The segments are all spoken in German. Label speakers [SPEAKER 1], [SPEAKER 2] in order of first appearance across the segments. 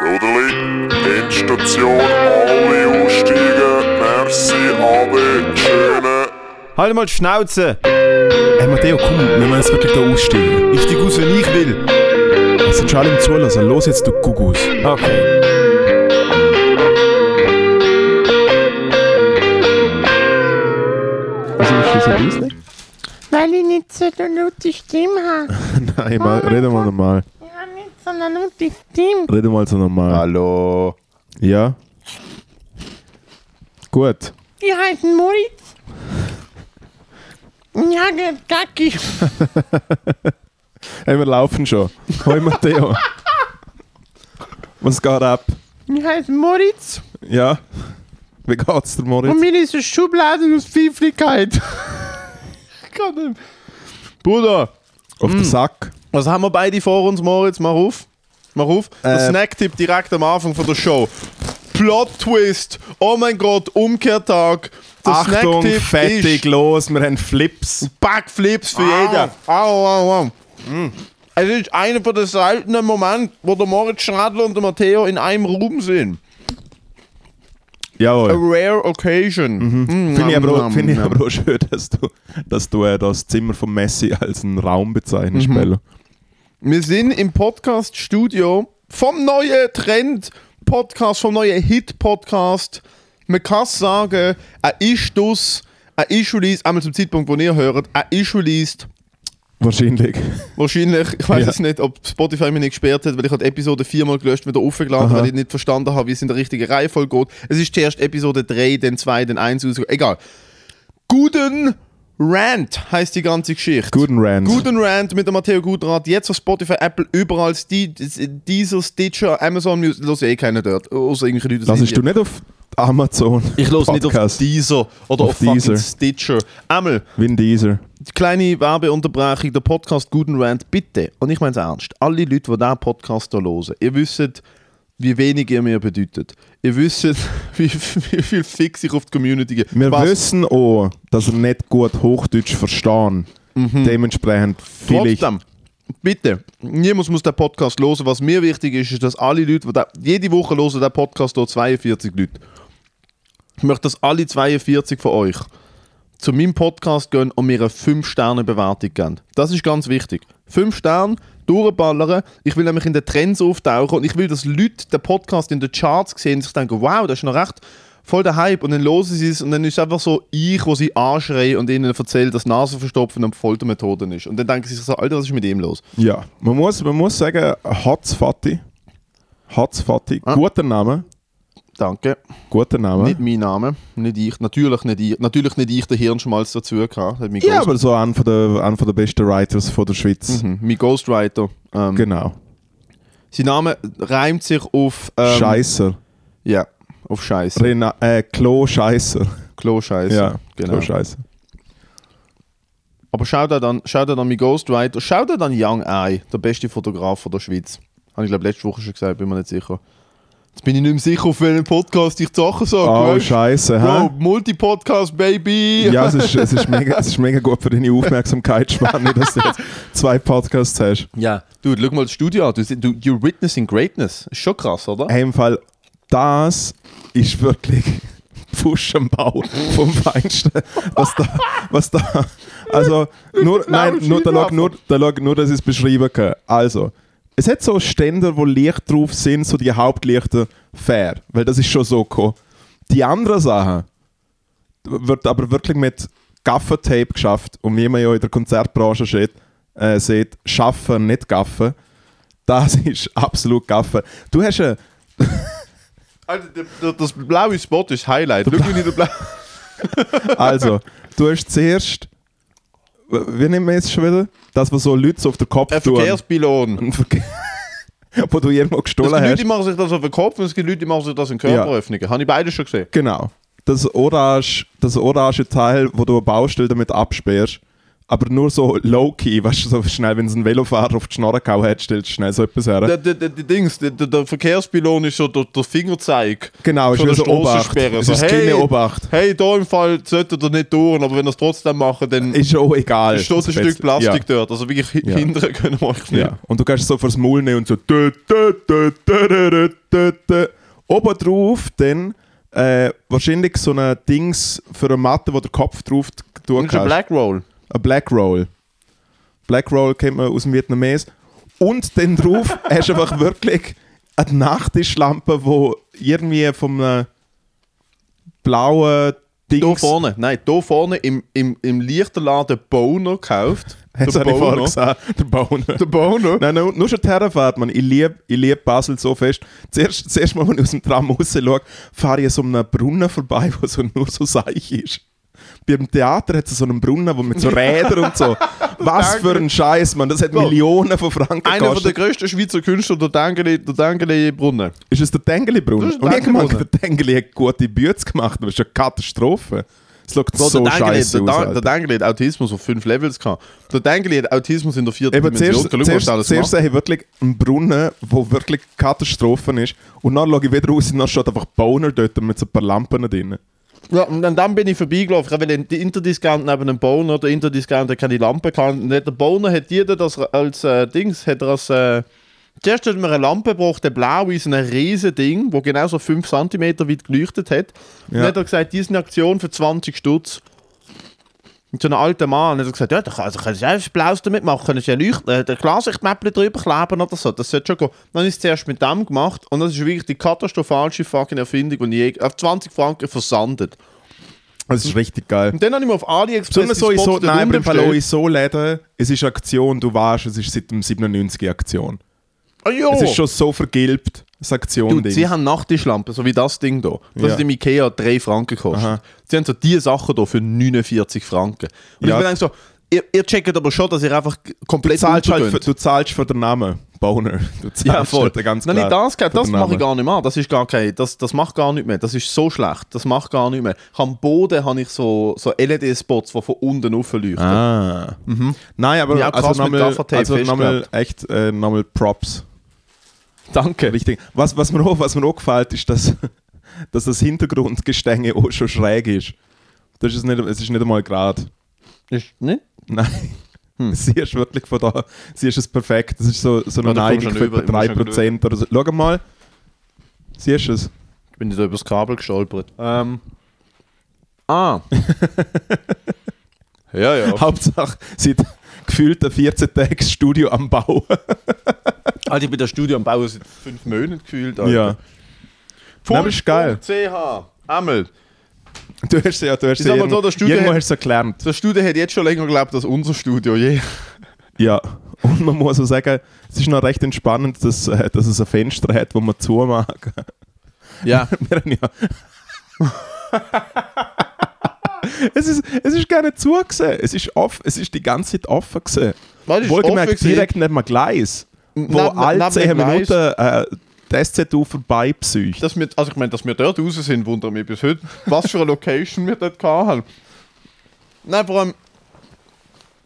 [SPEAKER 1] Ruderli, Endstation, alle aussteigen, merci, Abi, schöne.
[SPEAKER 2] Halt mal die Schnauze! Hey
[SPEAKER 3] Matteo, komm, wir müssen jetzt wirklich da aussteigen.
[SPEAKER 2] Ich steig aus, wenn ich will.
[SPEAKER 3] Es sind schon alle im Zulassen. Los jetzt, du Gugus.
[SPEAKER 2] Okay.
[SPEAKER 3] Wieso bist du so leise?
[SPEAKER 4] Weil ich nicht so eine laute Stimme habe.
[SPEAKER 3] Nein, mal, rede mal normal.
[SPEAKER 4] Ich habe nicht so eine laute Stimme.
[SPEAKER 3] Rede also mal so normal.
[SPEAKER 2] Hallo.
[SPEAKER 3] Ja? Gut.
[SPEAKER 4] Ich heiße Moritz. Und ich habe Kacki.
[SPEAKER 3] Hey, wir laufen schon. Hoi Matteo. Was geht ab?
[SPEAKER 4] Ich heiße Moritz.
[SPEAKER 3] Ja? Wie geht's dir,
[SPEAKER 4] Und
[SPEAKER 3] Moritz?
[SPEAKER 4] mir ist eine Schublade aus Pfiffligkeit. Ich kann nicht.
[SPEAKER 2] Bruder,
[SPEAKER 3] Auf
[SPEAKER 2] Mm.
[SPEAKER 3] den Sack.
[SPEAKER 2] was haben wir beide vor uns, Moritz? Mach auf. Mach auf. Der
[SPEAKER 3] Äh.
[SPEAKER 2] Snacktipp direkt am Anfang von der Show. Plot Twist. Oh mein Gott, Umkehrtag. Der
[SPEAKER 3] Achtung,
[SPEAKER 2] Snacktipp
[SPEAKER 3] fertig, los, wir haben Flips.
[SPEAKER 2] Backflips für jeden. Au, au, au.
[SPEAKER 3] Mm.
[SPEAKER 2] Es ist einer von den seltenen Momenten, wo der Moritz Schradler und der Matteo in einem Raum sind. A
[SPEAKER 3] Jawohl.
[SPEAKER 2] rare occasion. Mhm.
[SPEAKER 3] Finde ich, aber auch,
[SPEAKER 2] Nom,
[SPEAKER 3] finde ich
[SPEAKER 2] nom,
[SPEAKER 3] aber auch schön, dass du, dass du äh, das Zimmer von Messi als einen Raum
[SPEAKER 2] Mhm.
[SPEAKER 3] bezeichnest, Bello.
[SPEAKER 2] nom. Wir sind im Podcast-Studio vom neuen Trend-Podcast, vom neuen Hit-Podcast. Man kann sagen, er ist das, er ist released, einmal zum Zeitpunkt, wo ihr hört, er ist released.
[SPEAKER 3] Wahrscheinlich.
[SPEAKER 2] Wahrscheinlich, ich weiß
[SPEAKER 3] Ja.
[SPEAKER 2] es nicht, ob Spotify mich nicht gesperrt hat, weil ich habe die Episode viermal gelöscht, wieder aufgeladen,
[SPEAKER 3] Aha.
[SPEAKER 2] weil ich nicht verstanden habe, wie es in der richtigen Reihenfolge geht. Es ist zuerst Episode 3, dann 2, dann 1 aus. Egal. Guten Rant heißt die ganze Geschichte.
[SPEAKER 3] Guten Rand.
[SPEAKER 2] Guten Rant mit dem Matteo Gutenrat. Jetzt auf Spotify, Apple, überall, Sti- Deezer, Stitcher, Amazon Music. Los eh keiner dort. Außer irgendwelche Leute. aus
[SPEAKER 3] Das ist
[SPEAKER 2] Indien.
[SPEAKER 3] du nicht auf Amazon.
[SPEAKER 2] Ich los nicht auf
[SPEAKER 3] Podcast.
[SPEAKER 2] Deezer oder
[SPEAKER 3] Auf
[SPEAKER 2] auf, fucking
[SPEAKER 3] Deezer.
[SPEAKER 2] Stitcher. Einmal.
[SPEAKER 3] Vin Diesel.
[SPEAKER 2] kleine Werbeunterbrechung, der Podcast Guten Rant, bitte, und ich meine es ernst, alle Leute, die diesen Podcast hier hören, ihr wisst, wie wenig ihr mir bedeutet. Ihr wisst, wie, wie viel Fix ich auf die Community gebe.
[SPEAKER 3] Wir
[SPEAKER 2] Was
[SPEAKER 3] wissen auch, dass er nicht gut Hochdeutsch verstehen. Dementsprechend vielleicht.
[SPEAKER 2] Mhm. Trotzdem, bitte, niemand muss den Podcast hören. Was mir wichtig ist, ist, dass alle Leute, die da, jede Woche hören den Podcast hier 42 Leute. Ich möchte, dass alle 42 von euch zu meinem Podcast gehen und mir eine 5-Sterne-Bewertung geben. Das ist ganz wichtig. 5 Sterne, durchballern. Ich will nämlich in den Trends auftauchen und ich will, dass Leute den Podcast in den Charts sehen und sich denken, wow, das ist noch recht voll der Hype. Und dann losen sie es und dann ist es einfach so ich, wo sie anschreien und ihnen erzähle, dass Nasenverstopfen eine Foltermethode ist. Und dann denken sie sich so, Alter, was ist mit ihm los?
[SPEAKER 3] Ja, man muss, man muss sagen, Hatzfatti. Hatzfatti. Guter Name.
[SPEAKER 2] Danke.
[SPEAKER 3] Guter Name.
[SPEAKER 2] Ah. Nicht mein Name, nicht ich. Natürlich nicht ich. Natürlich nicht ich, der Hirnschmalz dazu gehabt. Hat mein,
[SPEAKER 3] ja,
[SPEAKER 2] Ghost,
[SPEAKER 3] aber so einer von der, einer von der besten Writers von der Schweiz.
[SPEAKER 2] mein Ghostwriter. Ähm,
[SPEAKER 3] Genau.
[SPEAKER 2] sein Name reimt sich auf. ähm,
[SPEAKER 3] Scheisser.
[SPEAKER 2] Ja, auf Scheiße.
[SPEAKER 3] Rena äh, Klo Scheisser.
[SPEAKER 2] Klo-Scheiße.
[SPEAKER 3] Ja,
[SPEAKER 2] genau.
[SPEAKER 3] Klo Scheisser.
[SPEAKER 2] Aber schaut da dann, schaut da dann mein Ghostwriter, schaut da dann Young Eye, der beste Fotograf von der Schweiz. Habe ich glaube letzte Woche schon gesagt, bin mir nicht sicher. Jetzt bin ich nicht mehr sicher, auf welchen Podcast ich die Sachen sage.
[SPEAKER 3] Oh,
[SPEAKER 2] weißt?
[SPEAKER 3] Scheiße.
[SPEAKER 2] Bro,
[SPEAKER 3] hä?
[SPEAKER 2] Multipodcast, Baby!
[SPEAKER 3] Ja, es ist, es, ist mega, es ist mega gut für deine Aufmerksamkeit, Schwanni, dass du jetzt zwei Podcasts hast.
[SPEAKER 2] ja. Dude, schau mal das Studio an. Du, du, you're witnessing greatness. Ist schon krass, oder?
[SPEAKER 3] Hey, im Fall, das ist wirklich Pfusch am Bau vom Feinsten. Was da, was da, also, nur, nein, nur, da schau nur, da schau nur, dass ich es beschreiben kann. Also, es hat so Ständer, wo Licht drauf sind, so die Hauptlichter, fair, weil das ist schon so gekommen. Die anderen Sachen wird aber wirklich mit Gaffer-Tape geschafft und wie man ja in der Konzertbranche sieht, äh, sieht schaffen, nicht gaffen. Das ist absolut gaffen. Du hast eine
[SPEAKER 2] Alter, der- der- das blaue Spot ist Highlight. Schau mal, wie der blaue.
[SPEAKER 3] Also, du hast zuerst. Wie nehmen wir jetzt schon wieder? Das, was so Leute so auf den Kopf
[SPEAKER 2] Ein
[SPEAKER 3] tun.
[SPEAKER 2] Verkehrspilon.
[SPEAKER 3] Ein Verkehr. wo du irgendwo
[SPEAKER 2] Es
[SPEAKER 3] gestohlen
[SPEAKER 2] gibt Leute,
[SPEAKER 3] hast.
[SPEAKER 2] die machen sich das auf den Kopf und es gibt Leute, die machen sich das in den Körper
[SPEAKER 3] Ja.
[SPEAKER 2] öffnen. Habe ich beides schon gesehen.
[SPEAKER 3] Genau. Das orange, das orange Teil, wo du eine Baustelle damit absperrst. Aber nur so low-key, weißt du, so schnell, wenn es ein Velofahrer auf die Schnorre gehauen hat, stellst du schnell so etwas her.
[SPEAKER 2] Der, der, der, der Dings, der, der, der Verkehrspilon ist so der, der Fingerzeig.
[SPEAKER 3] Genau, ist
[SPEAKER 2] von
[SPEAKER 3] wie
[SPEAKER 2] der
[SPEAKER 3] so Obacht.
[SPEAKER 2] Strassensperre.
[SPEAKER 3] Es ist
[SPEAKER 2] So,
[SPEAKER 3] keine
[SPEAKER 2] hey,
[SPEAKER 3] Obacht.
[SPEAKER 2] Hey, da im Fall sollte ihr nicht touren, aber wenn ihr es trotzdem machen, dann
[SPEAKER 3] Ist auch egal.
[SPEAKER 2] ist das ein Stück Plastik dort. Also wirklich hi-
[SPEAKER 3] Also Ja.
[SPEAKER 2] hindern können wir euch
[SPEAKER 3] Ja.
[SPEAKER 2] nicht.
[SPEAKER 3] ja. Und du gehst so vors Maul nehmen und so. dö, dö, dö, dö, dö, dö, dö, Dort. Obendrauf dann äh, wahrscheinlich so ein Dings für eine Matte, wo der Kopf drauf tun
[SPEAKER 2] Ist ein
[SPEAKER 3] kannst.
[SPEAKER 2] Black Roll.
[SPEAKER 3] Ein Black Roll. Black Roll kennt man aus dem Vietnames. Und dann drauf hast du einfach wirklich eine Nachttischlampe, die irgendwie vom äh, blauen
[SPEAKER 2] Da
[SPEAKER 3] Dings...
[SPEAKER 2] vorne, nein, da vorne im, im, im Lichterladen Boner gekauft.
[SPEAKER 3] Hat's auch nicht vorher gesagt. Der Boner.
[SPEAKER 2] Der Boner?
[SPEAKER 3] Nein, nur, nur schon Terrafahrt, man. Ich liebe ich lieb Basel so fest. Zuerst, zuerst mal, wenn ich aus dem Tram raus schaue, fahre ich an so einem Brunnen vorbei, wo so nur so seich ist. Beim Theater hat es so einen Brunnen, wo mit so Rädern und so. Was für ein Scheiß, Mann. Das hat Millionen von Franken
[SPEAKER 2] Einer von der
[SPEAKER 3] gekostet.
[SPEAKER 2] grössten Schweizer Künstler, der Dengeli, der Dengeli Brunnen.
[SPEAKER 3] Ist es der Tengeli-Brunnen?
[SPEAKER 2] Das ist
[SPEAKER 3] Und
[SPEAKER 2] der
[SPEAKER 3] irgendwann
[SPEAKER 2] Tengeli-Brunnen.
[SPEAKER 3] hat der Tengeli eine gute Bütze gemacht, aber das ist eine Katastrophe. Es schaut
[SPEAKER 2] So,
[SPEAKER 3] so
[SPEAKER 2] der Dengeli,
[SPEAKER 3] scheiße aus.
[SPEAKER 2] der,
[SPEAKER 3] Alter.
[SPEAKER 2] der Dengeli hat Autismus auf fünf Levels gehabt. Der Dengeli hat Autismus in der vierten
[SPEAKER 3] Eben, zuerst,
[SPEAKER 2] Schau, was
[SPEAKER 3] zuerst,
[SPEAKER 2] der alles
[SPEAKER 3] zuerst
[SPEAKER 2] macht.
[SPEAKER 3] sehe ich wirklich einen Brunnen, der wirklich Katastrophen ist. Und dann schaue ich wieder raus und dann steht einfach Boner dort mit so ein paar Lampen drin.
[SPEAKER 2] Ja, und dann- dann bin ich vorbeigelaufen. Ich habe den Interdiscount neben dem Boner. Der Interdiscount hat keine Lampe gehabt. Und Der Boner hat jeder das als äh, Dings, hat er als. Äh, Zuerst hat man eine Lampe gebraucht, eine blaue, so ein riesen Ding, wo genau so 5 cm weit geleuchtet hat. Und
[SPEAKER 3] Ja.
[SPEAKER 2] dann hat er gesagt, diese eine Aktion für 20 Stutz. Und so ein alter Mann hat er gesagt, ja, da kann- also kannst du selbst Blaus damit machen, kannst ja Leucht äh, ein Klarsichtmäppchen drüber kleben oder so, das sollte schon gehen. Dann habe ich es zuerst mit dem gemacht und das ist wirklich die katastrophalste fucking Erfindung, die ich je auf 20 Franken versandet.
[SPEAKER 3] Das ist richtig geil.
[SPEAKER 2] Und dann habe ich mir auf AliExpress
[SPEAKER 3] Besonders so in so,
[SPEAKER 2] gespotteten
[SPEAKER 3] nein,
[SPEAKER 2] Runden
[SPEAKER 3] beim Fall auch in
[SPEAKER 2] bestellt.
[SPEAKER 3] so Läden, es ist Aktion, du weißt, es ist seit dem 97 eine Aktion.
[SPEAKER 2] Ah, jo.
[SPEAKER 3] Es ist schon so vergilbt, das
[SPEAKER 2] Du,
[SPEAKER 3] Aktion-Ding.
[SPEAKER 2] sie haben Nachttischlampen, so wie das Ding hier. Das
[SPEAKER 3] Ja.
[SPEAKER 2] hat im Ikea 3 Franken gekostet.
[SPEAKER 3] Aha.
[SPEAKER 2] Sie haben so diese Sachen hier für 49 Franken. Und
[SPEAKER 3] Ja.
[SPEAKER 2] ich mir denke so, ihr, ihr checkt aber schon, dass ihr einfach komplett
[SPEAKER 3] Du zahlst, halt für,
[SPEAKER 2] untergeht.
[SPEAKER 3] du zahlst für den Namen, Boner. Du zahlst
[SPEAKER 2] Ja, voll.
[SPEAKER 3] für den ganz
[SPEAKER 2] Nein,
[SPEAKER 3] klar
[SPEAKER 2] nicht das, gehabt,
[SPEAKER 3] für
[SPEAKER 2] das
[SPEAKER 3] den
[SPEAKER 2] mache ich
[SPEAKER 3] Namen.
[SPEAKER 2] gar nicht mehr. Das, ist gar kein, das, das macht gar nicht mehr. Das ist so schlecht. Das macht gar nicht mehr. Ich hab Am Boden habe ich so, so LED-Spots, die von unten aufleuchten.
[SPEAKER 3] Ah. Mhm. Nein, aber
[SPEAKER 2] Ja, krass,
[SPEAKER 3] also
[SPEAKER 2] mit
[SPEAKER 3] nochmal
[SPEAKER 2] Gaffertape
[SPEAKER 3] also nochmal echt äh, nochmal Props.
[SPEAKER 2] Danke.
[SPEAKER 3] Richtig. Was, was, mir auch, was mir auch gefällt, ist, dass, dass das Hintergrundgestänge auch schon schräg ist. Das ist nicht, es ist nicht einmal gerade.
[SPEAKER 2] Ist nicht?
[SPEAKER 3] Nein. Sie ist wirklich von da, sie ist es perfekt. Das ist so, so eine
[SPEAKER 2] Hm. Ja, da
[SPEAKER 3] Neigung von
[SPEAKER 2] kommst du nicht
[SPEAKER 3] etwa
[SPEAKER 2] über, du musst
[SPEAKER 3] 3% oder so. Schau mal. Sie ist es.
[SPEAKER 2] Ich bin da übers Kabel gestolpert. Ähm. Ah. ja, ja.
[SPEAKER 3] Hauptsache, seit gefühlten 14 Tagen das Studio am Bau.
[SPEAKER 2] Alter, also ich bin das Studio am Bauen seit fünf Monaten gefühlt. Alter.
[SPEAKER 3] ja. Nein, aber ist geil.
[SPEAKER 2] CH. Amel.
[SPEAKER 3] Du hast ja, du hast
[SPEAKER 2] Ich
[SPEAKER 3] ja
[SPEAKER 2] sag mal so,
[SPEAKER 3] irgendwo,
[SPEAKER 2] das Studio
[SPEAKER 3] irgendwo
[SPEAKER 2] hat-
[SPEAKER 3] hast du es gelernt.
[SPEAKER 2] Das Studio hat jetzt schon länger geglaubt als unser Studio je.
[SPEAKER 3] Ja, und man muss auch sagen, es ist noch recht entspannend, dass, äh, dass es ein Fenster hat, wo man zumachen kann.
[SPEAKER 2] Ja.
[SPEAKER 3] Wir haben ja. es, ist, es ist gar nicht zu gewesen. Es ist, off, es ist die ganze Zeit offen gewesen.
[SPEAKER 2] Weil es ist offen
[SPEAKER 3] Wohlgemerkt
[SPEAKER 2] gewesen.
[SPEAKER 3] direkt neben dem Gleis, wo
[SPEAKER 2] Neben-
[SPEAKER 3] alle
[SPEAKER 2] neben
[SPEAKER 3] 10
[SPEAKER 2] dem Gleis.
[SPEAKER 3] Minuten äh, die SZU vorbei psycht.
[SPEAKER 2] dass wir, also ich meine, dass wir dort raus sind, wundert mich bis heute, was für eine Location wir dort gehabt haben. Nein, vor allem,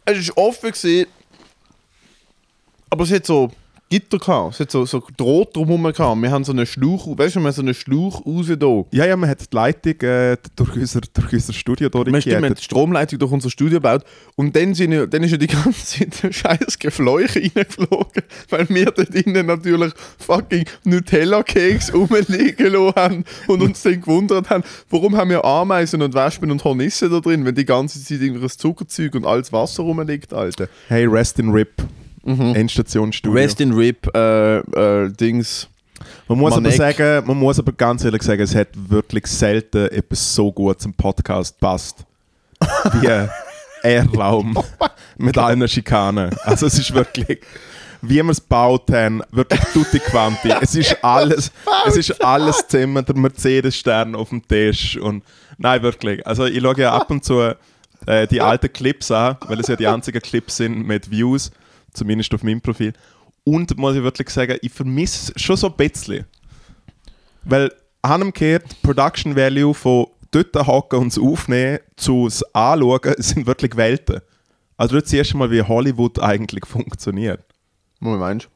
[SPEAKER 2] es war offen, gewesen, aber es hat so Gitter gehabt, es hat so, so Draht drumherum gehabt. Wir haben so einen Schlauch, weißt du, wir haben so einen Schlauch raus da.
[SPEAKER 3] Ja, ja, man hat die Leitung äh, durch, unser, durch unser Studio
[SPEAKER 2] Wir stimmt, wir haben die
[SPEAKER 3] durchgeführt.
[SPEAKER 2] Stromleitung durch unser Studio gebaut und dann, sind, ja- dann ist ja die ganze Zeit ein scheiß Gefleuch reingeflogen, weil wir dort innen natürlich fucking Nutella-Keks rumliegen lassen haben und uns dann gewundert haben, warum haben wir Ameisen und Wespen und Hornissen da drin, wenn die ganze Zeit irgendwelches Zuckerzeug und alles Wasser rumliegt, Alter.
[SPEAKER 3] Hey, Rest in Rip.
[SPEAKER 2] Mhm.
[SPEAKER 3] Endstation Studio.
[SPEAKER 2] in Rip, äh, äh, Dings.
[SPEAKER 3] Man muss, aber
[SPEAKER 2] Manek.
[SPEAKER 3] sagen, man muss aber ganz ehrlich sagen, es hat wirklich selten etwas so gut zum Podcast passt. Wie Airraum mit allen Schikanen. Also es ist wirklich, wie wir es gebaut haben, wirklich tutti quanti. Es ist alles, es ist alles zusammen, der Mercedes-Stern auf dem Tisch und nein, wirklich. Also ich schaue ja ab und zu äh, die alten Clips an, weil es ja die einzigen Clips sind mit Views, zumindest auf meinem Profil. Und muss ich wirklich sagen, ich vermisse es schon so ein bisschen. Weil haben gehört, Production Value von dort hocken und es aufnehmen zu es anschauen, sind wirklich Welten. Also dort siehst du mal, wie Hollywood eigentlich funktioniert.
[SPEAKER 2] Moment, meinst du?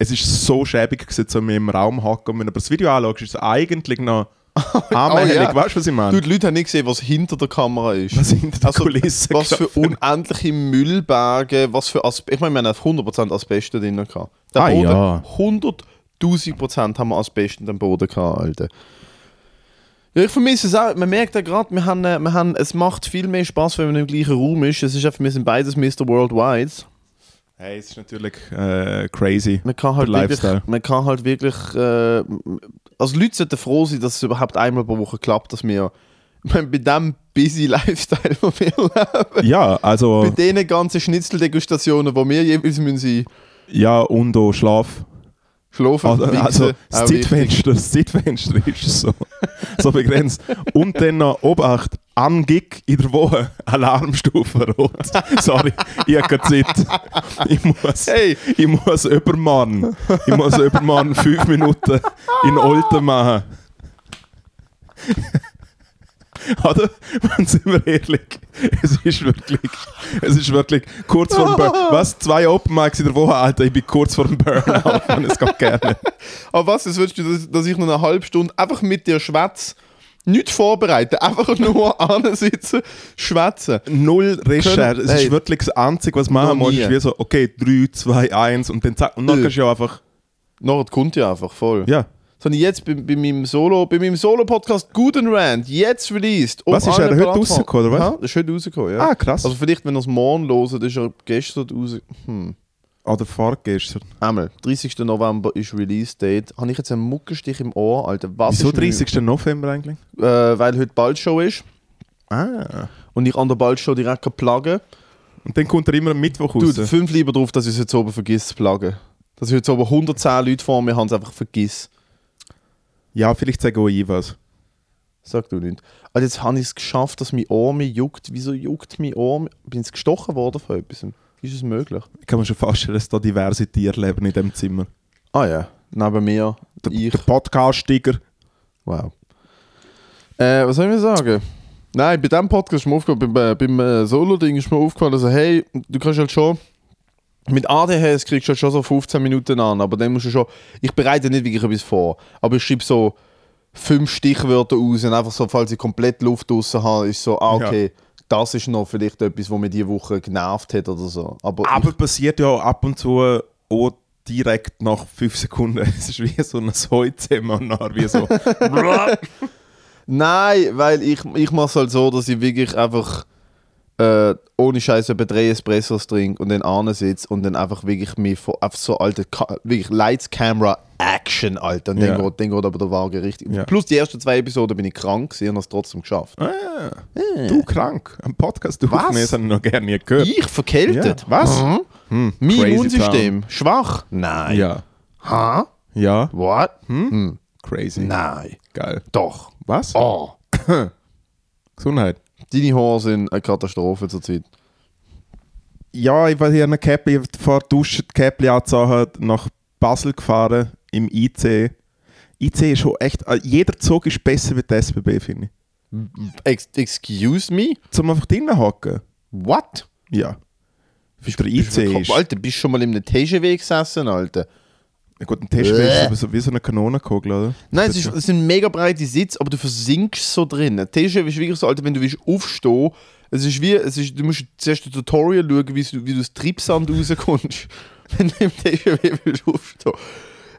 [SPEAKER 3] Es ist so schäbig, gewesen, so mit im Raum hocken. Und Wenn du aber das Video anschaust, ist es eigentlich noch anmählich.
[SPEAKER 2] Oh, ja.
[SPEAKER 3] Weißt du, was ich
[SPEAKER 2] Du,
[SPEAKER 3] meine?
[SPEAKER 2] die Leute haben nicht gesehen, was hinter der Kamera ist. Also,
[SPEAKER 3] Was hinter der Kulisse
[SPEAKER 2] Was für
[SPEAKER 3] gelaufen
[SPEAKER 2] unendliche Müllberge, was für Asbest. Ich meine, wir haben 100% Asbest drin gehabt. Der
[SPEAKER 3] Ah, ja.
[SPEAKER 2] 100 1000% haben wir als Besten den Boden gehabt, Alter. Ja, ich vermisse es auch. Man merkt ja gerade, wir haben, äh, wir haben, es macht viel mehr Spaß, wenn man im gleichen Raum ist. Es ist einfach, wir sind beides Mr. Worldwide.
[SPEAKER 3] Hey, es ist natürlich äh, crazy.
[SPEAKER 2] Man kann halt
[SPEAKER 3] Der
[SPEAKER 2] wirklich,
[SPEAKER 3] Lifestyle.
[SPEAKER 2] man kann halt wirklich äh, also Leute sollten froh sein, dass es überhaupt einmal pro Woche klappt, dass wir ich meine, bei dem busy Lifestyle, wo wir leben,
[SPEAKER 3] Ja,
[SPEAKER 2] bei
[SPEAKER 3] also,
[SPEAKER 2] diesen ganzen Schnitzeldegustationen, wo wir jeweils müssen sein,
[SPEAKER 3] ja, und auch Schlaf.
[SPEAKER 2] schlafen,
[SPEAKER 3] Also,
[SPEAKER 2] wichsen,
[SPEAKER 3] also das,
[SPEAKER 2] auch wichtig.
[SPEAKER 3] Zeitfenster, das Zeitfenster ist so, so begrenzt. Und dann noch Obacht, am Gig in der Woche, Alarmstufe rot. Sorry, ich habe keine Zeit. Ich muss,
[SPEAKER 2] Hey.
[SPEAKER 3] ich muss übermorgen, ich muss übermorgen fünf Minuten in Olten machen. Oder? Wenn sind wir ehrlich, es ist wirklich, es ist wirklich kurz vor dem Burnout. Was? Zwei Open Mics in der Woche, Alter, ich bin kurz vor dem Burnout, Mann, es geht gerne.
[SPEAKER 2] Aber was, jetzt willst du, dass- dass ich noch eine halbe Stunde einfach mit dir schwätze, nichts vorbereiten, einfach nur ansitzen, schwätzen.
[SPEAKER 3] Null Recherche. Es
[SPEAKER 2] Hey.
[SPEAKER 3] ist wirklich das Einzige, was du machen
[SPEAKER 2] Noch
[SPEAKER 3] musst,
[SPEAKER 2] nie.
[SPEAKER 3] ist wie so, okay, 3, 2, 1 und dann zack. Und dann
[SPEAKER 2] Äh.
[SPEAKER 3] kannst du ja einfach,
[SPEAKER 2] Noch kommt ja einfach voll.
[SPEAKER 3] ja.
[SPEAKER 2] Das habe ich jetzt bei, bei meinem Solo, bei meinem Solo-Podcast Guten Rand jetzt released. Auf
[SPEAKER 3] Was, ist er
[SPEAKER 2] allen
[SPEAKER 3] heute
[SPEAKER 2] Plattformen.
[SPEAKER 3] rausgekommen, oder was?
[SPEAKER 2] Aha, ist heute rausgekommen, ja.
[SPEAKER 3] Ah, krass.
[SPEAKER 2] Also vielleicht, wenn ihr es morgen hört, ist er gestern raus... Hm.
[SPEAKER 3] Oder vorgestern.
[SPEAKER 2] Einmal, 30. November ist Release-Date. Habe ich jetzt einen Muckenstich im Ohr, Alter? Was
[SPEAKER 3] Wieso
[SPEAKER 2] Also, ist mir-
[SPEAKER 3] 30. November eigentlich?
[SPEAKER 2] Äh, weil heute Baldshow ist
[SPEAKER 3] Ah.
[SPEAKER 2] und ich an der Baldshow direkt kann plagen
[SPEAKER 3] Und dann kommt er immer am Mittwoch raus.
[SPEAKER 2] Du, fünf lieber drauf, dass ich es heute oben vergiss zu plagen. Dass ich heute oben 110 Leute vor mir habe und es einfach vergiss.
[SPEAKER 3] ja, vielleicht sage auch ich was.
[SPEAKER 2] Sag du nicht. Also jetzt habe ich es geschafft, dass mein Ohr mich juckt. Wieso juckt mein Ohr? mich? Bin ich gestochen worden von etwas? Ist es möglich?
[SPEAKER 3] Ich kann mir schon vorstellen, dass da diverse Tiere leben in diesem Zimmer.
[SPEAKER 2] Ah ja, neben mir,
[SPEAKER 3] Der,
[SPEAKER 2] ich.
[SPEAKER 3] der Podcast-Tiger.
[SPEAKER 2] Wow. Äh, was soll ich sagen? Nein, bei diesem Podcast ist mir aufgefallen, beim, äh, beim äh, Solo-Ding ist mir aufgefallen, also hey, du kannst halt schon, mit ADHS kriegst du halt schon so 15 Minuten an, aber dann musst du schon, ich bereite nicht wirklich etwas vor, aber ich schreibe so fünf Stichwörter aus und einfach so, falls ich komplett Luft draussen habe, ist so, ah okay, das ist noch vielleicht etwas, was mich diese Woche genervt hat oder so. Aber,
[SPEAKER 3] Aber passiert ja auch ab und zu auch direkt nach 5 Sekunden. Es ist wie so ein Säuzemmer, wie so.
[SPEAKER 2] Nein, weil ich, ich mache es halt so, dass ich wirklich einfach äh, ohne Scheiße etwa drei Espressos trinke und dann ane sitze und dann einfach wirklich mir von auf so alte Ka wirklich Lights, Camera, Action, Alter. Und
[SPEAKER 3] Ja.
[SPEAKER 2] dann, geht, dann geht aber der Wagen richtig.
[SPEAKER 3] Ja.
[SPEAKER 2] Plus die ersten zwei Episoden bin ich krank, sie haben es trotzdem geschafft.
[SPEAKER 3] Ah, Du krank. Am Podcast du
[SPEAKER 2] Was?
[SPEAKER 3] Das habe ich noch gerne nie gehört.
[SPEAKER 2] Ich verkältet?
[SPEAKER 3] Ja. Was?
[SPEAKER 2] Mhm. Mein
[SPEAKER 3] crazy
[SPEAKER 2] Immunsystem schwach? Nein.
[SPEAKER 3] Ja. Hm?
[SPEAKER 2] Ha?
[SPEAKER 3] Ja.
[SPEAKER 2] What?
[SPEAKER 3] Crazy.
[SPEAKER 2] Nein.
[SPEAKER 3] Geil.
[SPEAKER 2] Doch.
[SPEAKER 3] Was?
[SPEAKER 2] Oh.
[SPEAKER 3] Gesundheit.
[SPEAKER 2] Deine Haare sind eine Katastrophe zurzeit.
[SPEAKER 3] Ja, ich war hier eine Käppli vor der Dusche, die Käppli angezogen, nach Basel gefahren, im IC. IC ist schon echt, äh, jeder Zug ist besser wie der SBB, finde ich.
[SPEAKER 2] Ex excuse me?
[SPEAKER 3] Zum einfach drinnen hocken.
[SPEAKER 2] What?
[SPEAKER 3] Ja. Bist der IC
[SPEAKER 2] Bist du wirklich-
[SPEAKER 3] ist.
[SPEAKER 2] Alter, bist du schon mal in einem TGW gesessen, Alter?
[SPEAKER 3] Ja, Gut, ein Test
[SPEAKER 2] Bäh.
[SPEAKER 3] ist aber so wie so eine Kanonenkugel, oder?
[SPEAKER 2] Nein,
[SPEAKER 3] Das
[SPEAKER 2] es, ist, es sind mega breite Sitze, aber du versinkst so drin. Ein TGW ist wirklich so, Alter, wenn du willst aufstehen, es ist wie, es ist, du musst zuerst ein Tutorial schauen, wie du, wie du aus Tripsand rauskommst, wenn du im TGW willst aufstehen.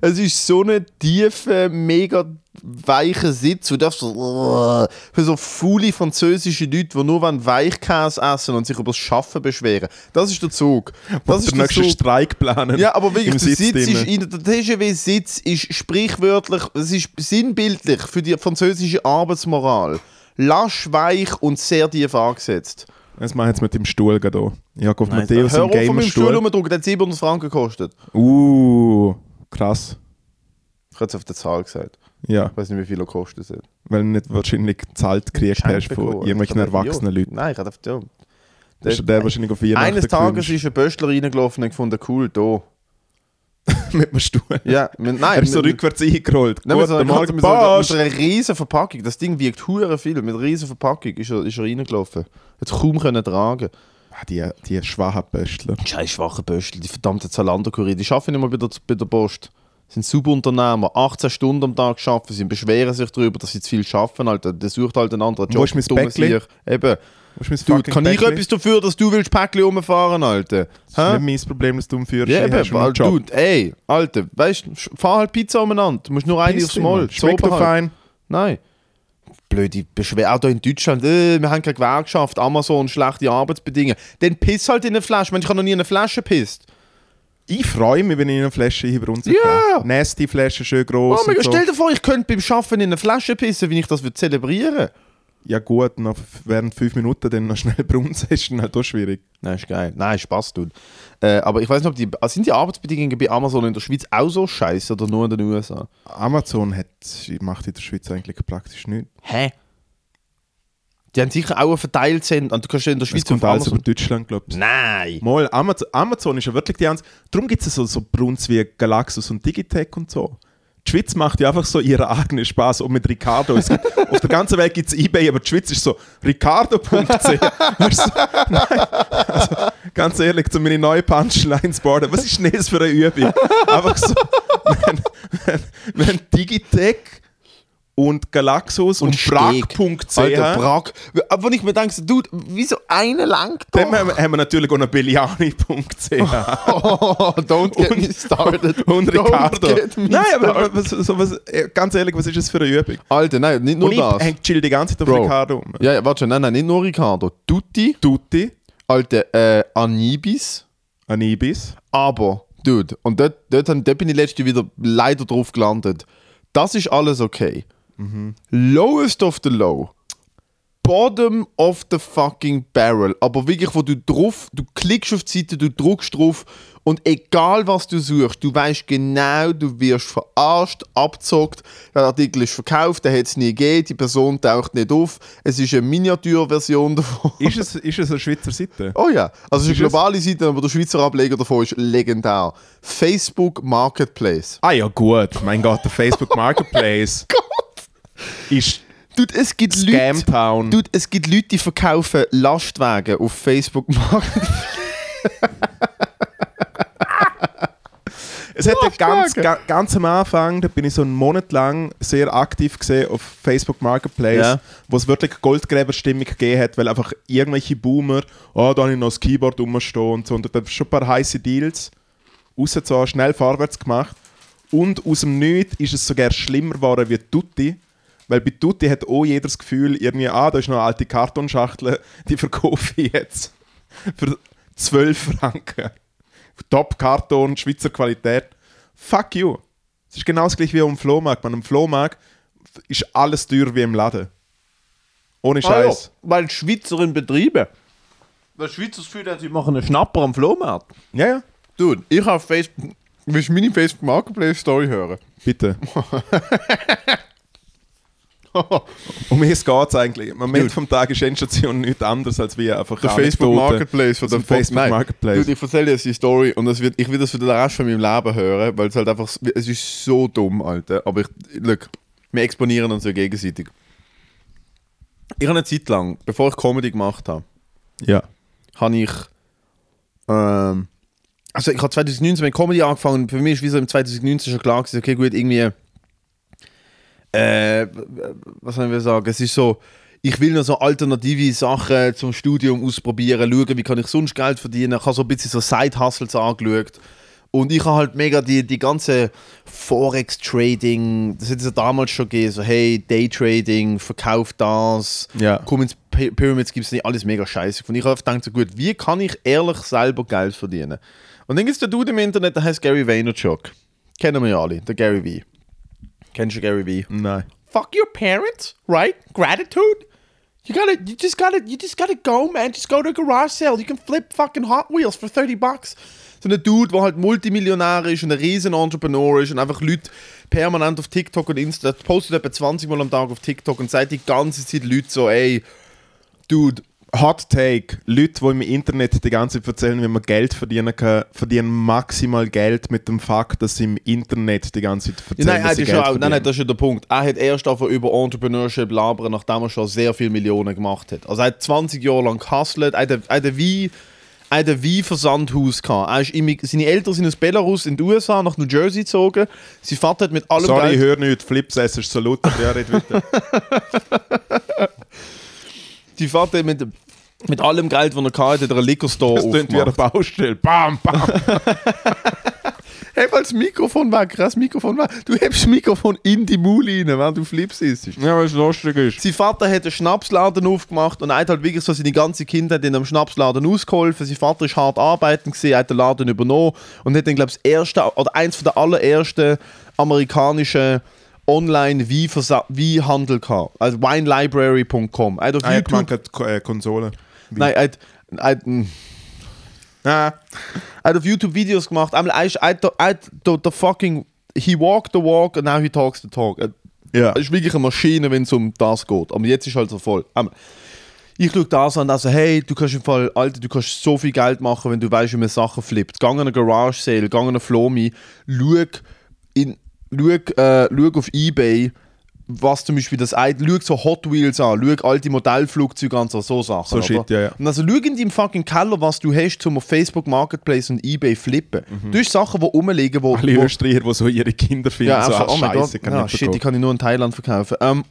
[SPEAKER 2] Es ist so ein tiefer, mega weicher Sitz. Du darfst so, für so faule französische Leute, die nur wollen Weichkäse essen und sich über das Schaffen beschweren. Das ist der Zug. Das ist
[SPEAKER 3] der nächste Streik planen.
[SPEAKER 2] Ja, aber wirklich,
[SPEAKER 3] im
[SPEAKER 2] der Sitz,
[SPEAKER 3] drinnen.
[SPEAKER 2] ist, in der TGW-Sitz ist sprichwörtlich, es ist sinnbildlich für die französische Arbeitsmoral. Lasch, weich und sehr tief angesetzt.
[SPEAKER 3] Was machen wir jetzt mit dem Stuhl gerade auch? Ich habe auf Matthäus
[SPEAKER 2] Hör
[SPEAKER 3] im
[SPEAKER 2] auf von meinem Stuhl um-
[SPEAKER 3] Gamerstuhl.
[SPEAKER 2] rumdrücken, der hat 700 Franken gekostet.
[SPEAKER 3] Uh, krass.
[SPEAKER 2] Ich hätte es auf der Zahl gesagt.
[SPEAKER 3] Ja,
[SPEAKER 2] Ich weiß nicht, wie viel er kostet. hat.
[SPEAKER 3] weil du nicht wahrscheinlich gezahlt gekriegt hast von
[SPEAKER 2] Bekommen. Also,
[SPEAKER 3] irgendwelchen
[SPEAKER 2] Ich hab gedacht,
[SPEAKER 3] erwachsenen
[SPEAKER 2] ja.
[SPEAKER 3] Leuten.
[SPEAKER 2] Nein, ich hätte auf ja.
[SPEAKER 3] Das ist der wahrscheinlich auf Weihnachten
[SPEAKER 2] Eines Tages
[SPEAKER 3] gewünscht.
[SPEAKER 2] ist ein Böstler reingelaufen und gefunden, cool, da.
[SPEAKER 3] mit dem Stuhl.
[SPEAKER 2] Ja, wir- nein.
[SPEAKER 3] er ist so
[SPEAKER 2] wir-
[SPEAKER 3] rückwärts eingerollt.
[SPEAKER 2] Nein, also, mit so
[SPEAKER 3] Guten Morgen,
[SPEAKER 2] einer, mit so einer, mit
[SPEAKER 3] Bosch!
[SPEAKER 2] so einer riesen Verpackung. Das Ding wiegt hure viel. Mit einer riesen Verpackung ist er, ist er reingelaufen. Hat es kaum können tragen.
[SPEAKER 3] Ah, Die, die schwachen Böstler.
[SPEAKER 2] Scheiß schwache Böstel, die verdammte Zalando-Kurier. Die arbeiten nicht mal bei der, bei der Post. Sind Subunternehmer, 18 Stunden am Tag arbeiten sie, beschweren sich darüber, dass sie zu viel arbeiten. Alter. Der sucht halt einen anderen Job.
[SPEAKER 3] Wo ist mein
[SPEAKER 2] dummes
[SPEAKER 3] Päckchen?
[SPEAKER 2] Licht. Eben.
[SPEAKER 3] Wo ist mein
[SPEAKER 2] Du,
[SPEAKER 3] fucking
[SPEAKER 2] kann ich
[SPEAKER 3] Päckli?
[SPEAKER 2] etwas dafür, dass du willst Päckchen rumfahren, Alter?
[SPEAKER 3] Das
[SPEAKER 2] Hä?
[SPEAKER 3] ist nicht mein Problem, dass du um umführst.
[SPEAKER 2] Ja,
[SPEAKER 3] ich
[SPEAKER 2] eben,
[SPEAKER 3] hast einen
[SPEAKER 2] weil,
[SPEAKER 3] Job.
[SPEAKER 2] dude, ey, Alter, weißt du, sch- fahr halt Pizza umeinander. Du musst nur eine
[SPEAKER 3] Piss
[SPEAKER 2] aufs
[SPEAKER 3] dich,
[SPEAKER 2] Mal.
[SPEAKER 3] Mann. Schmeckt
[SPEAKER 2] sauber
[SPEAKER 3] doch
[SPEAKER 2] halt.
[SPEAKER 3] fein.
[SPEAKER 2] Nein. Blöde Beschwerde hier in Deutschland. Äh, wir haben keine Gewerkschaft, Amazon, schlechte Arbeitsbedingungen. Dann piss halt in eine Flasche. Mensch, ich habe noch nie in eine Flasche pisst.
[SPEAKER 3] Ich freue mich, wenn ich eine Flasche hier bei uns
[SPEAKER 2] Ja.
[SPEAKER 3] habe. Nasty Flasche, schön groß.
[SPEAKER 2] Oh mein Gott, stell dir vor, ich könnte beim Schaffen in eine Flasche pissen, wie ich das würde zelebrieren.
[SPEAKER 3] Ja gut, noch f- während fünf Minuten dann noch schnell brunzen, ist dann halt auch schwierig.
[SPEAKER 2] Nein, ist geil. Nein, Spaß tut. Äh, aber ich weiß nicht, ob die, sind die Arbeitsbedingungen bei Amazon in der Schweiz auch so scheiße oder nur in den USA?
[SPEAKER 3] Amazon hat, macht in der Schweiz eigentlich praktisch nichts.
[SPEAKER 2] Hä? Die haben sicher auch einen Verteilzentrum. Und du kannst ja in der
[SPEAKER 3] Es
[SPEAKER 2] Schweiz
[SPEAKER 3] kommt alles über Deutschland, glaube ich.
[SPEAKER 2] Nein!
[SPEAKER 3] Mal, Amazon, Amazon ist ja wirklich die einzige. Darum gibt es so, so Bruns wie Galaxus und Digitech und so. Die Schweiz macht ja einfach so ihren eigenen Spaß und mit Ricardo. Es gibt, auf der ganzen Welt gibt es Ebay, aber die Schweiz ist so ricardo.ch. Weißt du, so, nein, also, ganz ehrlich, zu meinen neuen Punchlines boarden. Was ist denn das für eine Übung? Einfach so, wenn, wenn, wenn Digitech und Galaxus und,
[SPEAKER 2] Steg.
[SPEAKER 3] Brag.ch.
[SPEAKER 2] Alter, Prag. Aber wenn Äh, ich mir denke, so, Dude, wieso eine langt doch?
[SPEAKER 3] Dann haben wir, haben wir natürlich auch noch Belliani.ch.
[SPEAKER 2] Oh, don't get me started.
[SPEAKER 3] Und Ricardo.
[SPEAKER 2] Oh, Don't get me
[SPEAKER 3] Nein, aber
[SPEAKER 2] started.
[SPEAKER 3] was, so was, äh, ganz ehrlich, was ist das für eine Übung?
[SPEAKER 2] Alter, nein, nicht nur
[SPEAKER 3] Und ich
[SPEAKER 2] das.
[SPEAKER 3] häng chill die ganze Zeit auf
[SPEAKER 2] Bro.
[SPEAKER 3] Ricardo um. rum.
[SPEAKER 2] Ja, ja, warte schon, nein, nein, nicht nur Ricardo. Tutti,
[SPEAKER 3] Tutti,
[SPEAKER 2] alte äh, Anibis.
[SPEAKER 3] Anibis.
[SPEAKER 2] Aber, Dude, und dort, dort, haben- dort bin ich letzte wieder leider drauf gelandet. Das ist alles okay. Lowest of the low. Bottom of the fucking barrel. Aber wirklich, wo du drauf, du klickst auf die Seite, du drückst drauf und egal was du suchst, du weißt genau, du wirst verarscht, abgezockt, der Artikel ist verkauft, der hat es nie gegeben, die Person taucht nicht auf, es ist eine Miniaturversion davon.
[SPEAKER 3] Ist es, ist es eine Schweizer Seite?
[SPEAKER 2] Oh ja, also es ist
[SPEAKER 3] Ist
[SPEAKER 2] eine
[SPEAKER 3] es-
[SPEAKER 2] globale Seite, aber der Schweizer Ableger davon ist legendär. Facebook Marketplace.
[SPEAKER 3] Ah ja, gut. Mein Gott, der Facebook Marketplace ist
[SPEAKER 2] Dude, es gibt Leute,
[SPEAKER 3] Scamtown.
[SPEAKER 2] Dude, es gibt Leute, die verkaufen Lastwagen auf Facebook Marketplace.
[SPEAKER 3] Es hat ja ganz,
[SPEAKER 2] Lastwagen.
[SPEAKER 3] ga, ganz am Anfang, da bin ich so einen Monat lang sehr aktiv gesehen auf Facebook Marketplace,
[SPEAKER 2] Ja.
[SPEAKER 3] wo es wirklich Goldgräberstimmung gegeben hat, weil einfach irgendwelche Boomer, oh, da habe ich noch das Keyboard rumstehen und so. Und da schon ein paar heiße Deals rausgezogen, schnell vorwärts gemacht. Und aus dem Nichts ist es sogar schlimmer geworden wie Tutti. Weil bei Tutti hat auch jeder das Gefühl, irgendwie, ah, da ist noch eine alte Kartonschachtel, die verkaufe ich jetzt für 12 Franken. Top-Karton, Schweizer Qualität. Fuck you. Es ist genau das gleiche wie am Flohmarkt. Man, am Flohmarkt ist alles teuer wie im Laden. Ohne Scheiß.
[SPEAKER 2] Ah Weil die Schweizer in Betriebe. Weil die Schweizer das Gefühl haben, sie machen einen Schnapper am Flohmarkt.
[SPEAKER 3] Ja, ja.
[SPEAKER 2] Dude, ich habe Facebook. Willst du meine Facebook Marketplace Story hören?
[SPEAKER 3] Bitte. um mich geht es eigentlich. Im Moment
[SPEAKER 2] Dude.
[SPEAKER 3] vom Tag ist Endstation nichts anderes als wie einfach
[SPEAKER 2] Der Facebook Marketplace von
[SPEAKER 3] der
[SPEAKER 2] dem
[SPEAKER 3] Facebook Marketplace.
[SPEAKER 2] Dude, ich erzähle jetzt die Story und das wird, ich will das für den Rest von meinem Leben hören, weil es halt einfach, es ist so dumm, Alter. Aber ich, look, wir exponieren uns ja gegenseitig. Ich habe eine Zeit lang, bevor ich Comedy gemacht habe,
[SPEAKER 3] Ja.
[SPEAKER 2] habe ich, ähm, also ich habe 2019 mit Comedy angefangen. Für mich ist wie so im 2019 schon klar gewesen, okay, gut, irgendwie, äh, was sollen wir sagen? Es ist so, ich will noch so alternative Sachen zum Studium ausprobieren, schauen, wie kann ich sonst Geld verdienen. Ich habe so ein bisschen so Side-Hustles angeschaut. Und ich habe halt mega die, die ganze Forex-Trading, das hat es ja damals schon gegeben, so hey, Daytrading, verkauf das,
[SPEAKER 3] Ja.
[SPEAKER 2] komm ins P Pyramids, gibt's nicht, alles mega scheiße. Und ich habe gedacht, so gut, wie kann ich ehrlich selber Geld verdienen? Und dann gibt es den Dude im Internet, der heißt Gary Vaynerchuk. Kennen wir ja alle, der Gary V. Kennst du Gary V?
[SPEAKER 3] Nein.
[SPEAKER 2] fuck your parents, right? Gratitude. You gotta, you just gotta, you just gotta go, man. Just go to a garage sale. You can flip fucking Hot Wheels for 30 bucks. So ein Dude, der halt Multimillionär ist und ein riesen Entrepreneur ist und einfach Leute permanent auf TikTok und Insta, der postet etwa 20 Mal am Tag auf TikTok und sagt die ganze Zeit Leute so, ey,
[SPEAKER 3] Dude, Hot Take. Leute, die im Internet die ganze Zeit erzählen, wie man Geld verdienen kann, verdienen maximal Geld mit dem Fakt, dass sie im Internet die ganze Zeit erzählen,
[SPEAKER 2] Ja, Nein, ah,
[SPEAKER 3] dass
[SPEAKER 2] das
[SPEAKER 3] sie
[SPEAKER 2] ist
[SPEAKER 3] Geld
[SPEAKER 2] ja auch, nein,
[SPEAKER 3] verdienen.
[SPEAKER 2] nein, das ist ja der Punkt. Er hat erst davon über Entrepreneurship labern, nachdem er schon sehr viele Millionen gemacht hat. Also er hat 20 Jahre lang gehustelt, er hat ein- er hat ein Wein- er hat ein Wein-Versandhaus gehabt. Er ist immig- seine Eltern sind aus Belarus in die USA nach New Jersey gezogen. Sein Vater hat mit allem
[SPEAKER 3] Sorry, ich
[SPEAKER 2] Geld...
[SPEAKER 3] höre nicht. Flips, es ist so laut. Ja, red weiter.
[SPEAKER 2] Sein Vater hat mit Mit allem Geld, das er hatte, hat er einen Liquor-Store
[SPEAKER 3] Das klingt wie eine
[SPEAKER 2] aufgemacht.
[SPEAKER 3] Baustelle. Bam, bam.
[SPEAKER 2] Heb mal das Mikrofon weg, krass Mikrofon weg. Du hebst das Mikrofon in die Mule rein, wenn du Flips isst.
[SPEAKER 3] ja, weil es lustig ist.
[SPEAKER 2] Sein Vater hat einen Schnapsladen aufgemacht und er hat halt wirklich so seine ganze Kindheit in einem Schnapsladen ausgeholfen. Sein Vater ist hart arbeiten gesehen, hat den Laden übernommen und hat dann, glaube ich, das erste oder eins der allerersten amerikanischen Online-Weinhandel gehabt. Also winelibrary.com. Er hat auf
[SPEAKER 3] Ah, ich
[SPEAKER 2] YouTube.
[SPEAKER 3] mag äh, Konsole.
[SPEAKER 2] Nein, er hat, er hat, mm.
[SPEAKER 3] Ah,
[SPEAKER 2] Er hat auf YouTube Videos gemacht. Einmal er ist- er hat- er hat the, the fucking. He walked the walk and now he talks the talk. Er
[SPEAKER 3] ja.
[SPEAKER 2] ist wirklich eine Maschine, wenn es um das geht. Aber jetzt ist halt so voll. Einmal. Ich schaue das an, also hey, du kannst im Fall, Alter, du kannst so viel Geld machen, wenn du weißt, wie man Sachen flippt. Geh an einen Garage Sale, geh an einen Flomi, schau, in, schau, äh, schau auf Ebay, was zum Beispiel das ein, schau so Hot Wheels an, schau alte Modellflugzeuge an, so, so Sachen.
[SPEAKER 3] So shit, ja, ja.
[SPEAKER 2] Und also schau in deinem fucking Keller, was du hast, zum auf Facebook Marketplace und Ebay flippen. Du hast Sachen, die rumliegen, wo,
[SPEAKER 3] Mhm. Alle
[SPEAKER 2] wo
[SPEAKER 3] Österreicher, die so ihre Kinder finden,
[SPEAKER 2] ja,
[SPEAKER 3] so
[SPEAKER 2] einfach,
[SPEAKER 3] ah,
[SPEAKER 2] oh mein Gott,
[SPEAKER 3] Scheiße, kann
[SPEAKER 2] ja,
[SPEAKER 3] ich
[SPEAKER 2] shit, die
[SPEAKER 3] verkaufen.
[SPEAKER 2] kann ich nur in Thailand verkaufen. Ähm,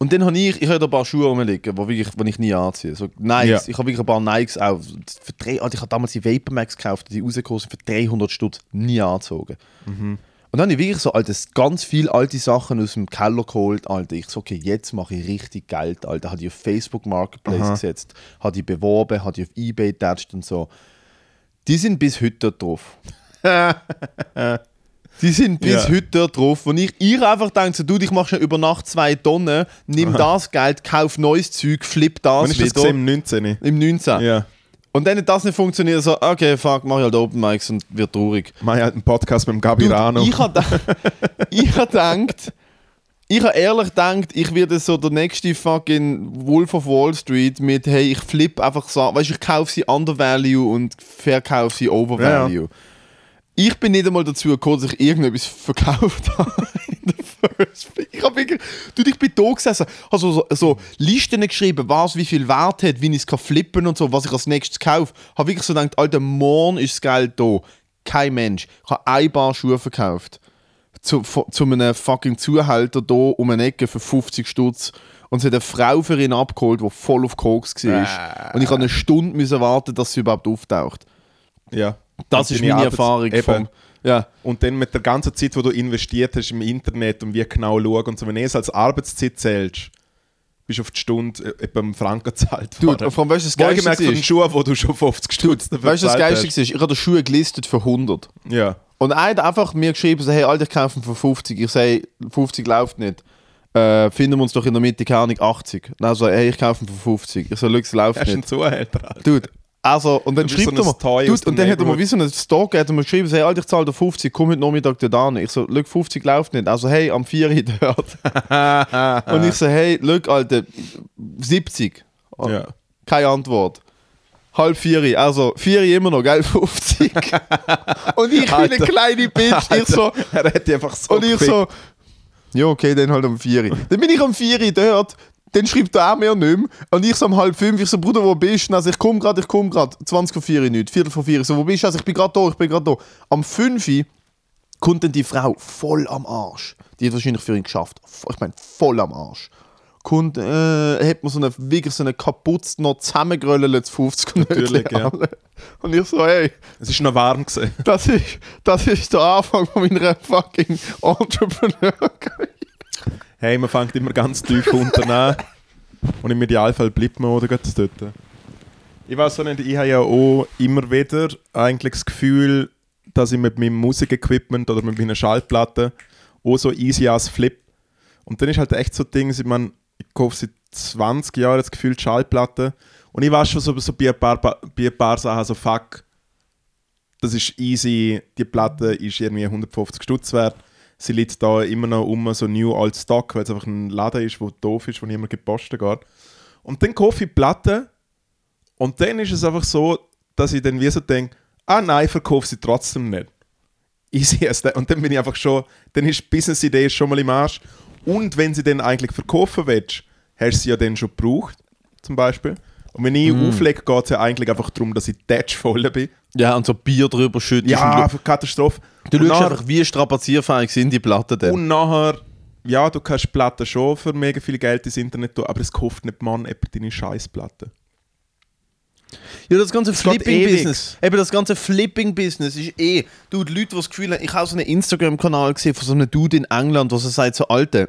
[SPEAKER 2] und dann habe ich, ich habe ein paar Schuhe rumliegen, die wirklich, die ich nie anziehe. So Nikes,
[SPEAKER 3] Ja.
[SPEAKER 2] ich habe wirklich ein paar Nikes auch. Für drei, Alter, ich habe damals die Vapormax gekauft, die rausgekommen sind für 300 Stutz, nie angezogen.
[SPEAKER 3] Mhm.
[SPEAKER 2] Und dann habe ich wirklich so Alter, ganz viele alte Sachen aus dem Keller geholt, Alter. Ich so, okay, jetzt mache ich richtig Geld, Alter. Habe die auf Facebook Marketplace gesetzt, habe die beworben, habe die auf Ebay getatscht und so. Die sind bis heute dort drauf. Die sind bis
[SPEAKER 3] Ja.
[SPEAKER 2] heute dort drauf. Und ich, ich einfach denke, so, du, ich machst ja über Nacht zwei Tonnen, nimm das Geld, kauf neues Zeug, flip
[SPEAKER 3] Wann
[SPEAKER 2] das
[SPEAKER 3] ist das
[SPEAKER 2] wieder.
[SPEAKER 3] gesehen? Im 19.
[SPEAKER 2] Im 19.
[SPEAKER 3] Ja.
[SPEAKER 2] Und dann hat das nicht funktioniert, so, okay, fuck, mach ich halt Open Mics und wird traurig.
[SPEAKER 3] Man hat einen Podcast mit dem Gabi
[SPEAKER 2] Dude,
[SPEAKER 3] Rano.
[SPEAKER 2] Ich habe ich hab gedacht, ich habe ehrlich gedacht, ich werde so der nächste fucking Wolf of Wall Street mit, hey, ich flip einfach Sachen, weißt du, ich kaufe sie undervalue und verkaufe sie overvalue. Ich bin nicht einmal dazu gekommen, dass ich irgendetwas verkauft habe. in the first place. Ich habe wirklich, Dude, ich bin da gesessen, habe so, so, so Listen geschrieben, was wie viel Wert hat, wie ich es kann flippen und so, was ich als nächstes kaufe. Habe wirklich so gedacht, Alter, morgen ist das Geld da. Kein Mensch. Ich habe ein paar Schuhe verkauft zu, vo- zu einem fucking Zuhälter da um eine Ecke für 50 Stutz. Und es hat eine Frau für ihn abgeholt, die voll auf Koks war. Und ich habe eine Stunde müssen warten, dass sie überhaupt auftaucht.
[SPEAKER 3] ja.
[SPEAKER 2] Das
[SPEAKER 3] Und
[SPEAKER 2] ist
[SPEAKER 3] deine
[SPEAKER 2] meine
[SPEAKER 3] Arbeits-
[SPEAKER 2] Erfahrung
[SPEAKER 3] Eben.
[SPEAKER 2] vom. Ja.
[SPEAKER 3] Und dann mit der ganzen Zeit, wo du investiert hast im Internet und wie genau schauen und so, wenn du es als Arbeitszeit zählst, bist du auf die Stunde äh, etwa im Franken gezahlt
[SPEAKER 2] Du, vom weißt du, das Geilste
[SPEAKER 3] Wohlgemerkt von den
[SPEAKER 2] ist?
[SPEAKER 3] Schuhen, wo du schon 50 Stutz dafür
[SPEAKER 2] Weißt du, was das
[SPEAKER 3] gezahlt
[SPEAKER 2] Geilste war? Ich habe die Schuhe gelistet für 100.
[SPEAKER 3] hast. Ja.
[SPEAKER 2] Und einer hat einfach mir geschrieben, so, hey, Alter, ich kaufe ihn für 50. Ich sage, 50 läuft nicht. Äh, finden wir uns doch in der Mitte, keine Ahnung, 80. Und er so, hey, ich kaufe ihn für 50. Ich so, Lux, läuft
[SPEAKER 3] Hast du
[SPEAKER 2] nicht.
[SPEAKER 3] einen Zuhälter? Alter?
[SPEAKER 2] Dude, also, und dann
[SPEAKER 3] Du bist
[SPEAKER 2] schreibt
[SPEAKER 3] so
[SPEAKER 2] er
[SPEAKER 3] ein
[SPEAKER 2] mir,
[SPEAKER 3] Toy aus
[SPEAKER 2] Dude,
[SPEAKER 3] dem
[SPEAKER 2] und dann hat er mir
[SPEAKER 3] Neighborhood.
[SPEAKER 2] wie so einen Stalker, hat er mir geschrieben, so, hey, Alter, ich zahle dir 50, komm heute Nachmittag dort an. Ich so, look, 50 läuft nicht. Also, hey, am 4 Uhr dort. und ich so, hey, look, Alter, 70. Und
[SPEAKER 3] Ja.
[SPEAKER 2] Keine Antwort. Halb 4 Uhr, also 4 Uhr immer noch, gell, 50. und ich bin eine
[SPEAKER 3] Alter.
[SPEAKER 2] kleine Bitch, ich so,
[SPEAKER 3] Er hat die einfach so.
[SPEAKER 2] und ich so, ja, okay, dann halt um 4 Uhr. Dann bin ich um 4 Uhr dort, dann schreibt er auch mehr nicht mehr. Und ich so um halb 5, ich so, Bruder, wo bist du? Also ich komm grad, ich komm grad. 20 vor 4 Uhr nicht, Viertel vor 4 Uhr. Ich so, wo bist du? Also ich bin grad da, ich bin grad da. Am 5 Uhr kommt dann die Frau voll am Arsch. Die hat wahrscheinlich für ihn geschafft. Ich meine, voll am Arsch. Kommt, äh, hat man so eine, wirklich so eine kaputt noch zusammengeröllelt 50
[SPEAKER 3] Natürlich,
[SPEAKER 2] Knödel
[SPEAKER 3] ja.
[SPEAKER 2] an. Und ich so, hey,
[SPEAKER 3] Es ist noch warm gewesen.
[SPEAKER 2] das ist, das ist der Anfang von meiner fucking Entrepreneur-Karriere.
[SPEAKER 3] Hey, man fängt immer ganz tief unten an. Und im Idealfall bleibt man oder geht's dort. Ich weiß auch nicht, ich habe ja auch immer wieder eigentlich das Gefühl, dass ich mit meinem Musikequipment oder mit meiner Schallplatte auch so easy as flip. Und dann ist halt echt so ein Ding, ich, meine, ich kaufe seit 20 Jahren das Gefühl Schallplatte. Und ich weiß schon so, so bei, ein paar, bei ein paar Sachen so, fuck, das ist easy, die Platte ist irgendwie 150 Stutz wert. Sie liegt da immer noch um so new old stock, weil es einfach ein Laden ist, wo doof ist, wo niemand gepostet geht. Und dann kaufe ich die Platte und dann ist es einfach so, dass ich dann wie so denke, ah nein, verkaufe sie trotzdem nicht. Easy as that. Und dann bin ich einfach schon, dann ist die Business-Idee schon mal im Arsch. Und wenn sie dann eigentlich verkaufen willst, hast du sie ja dann schon gebraucht, zum Beispiel. Und wenn ich auflege, geht es ja eigentlich einfach darum, dass ich voll bin.
[SPEAKER 2] Ja, und so Bier drüber schüttest.
[SPEAKER 3] Ja,
[SPEAKER 2] und
[SPEAKER 3] für Katastrophe.
[SPEAKER 2] Du
[SPEAKER 3] und
[SPEAKER 2] schaust
[SPEAKER 3] nachher,
[SPEAKER 2] einfach, wie strapazierfähig sind die Platten denn.
[SPEAKER 3] Und nachher ja, du kannst Platten schon für mega viel Geld ins Internet tun, aber es kauft nicht Mann eben deine Scheißplatte.
[SPEAKER 2] Ja, das ganze
[SPEAKER 3] geht
[SPEAKER 2] Flipping-Business. Eben das ganze Flipping-Business ist eh. Du, die Leute, die das Gefühl haben, ich habe so einen Instagram-Kanal gesehen von so einem Dude in England, was er sagt, so Alte,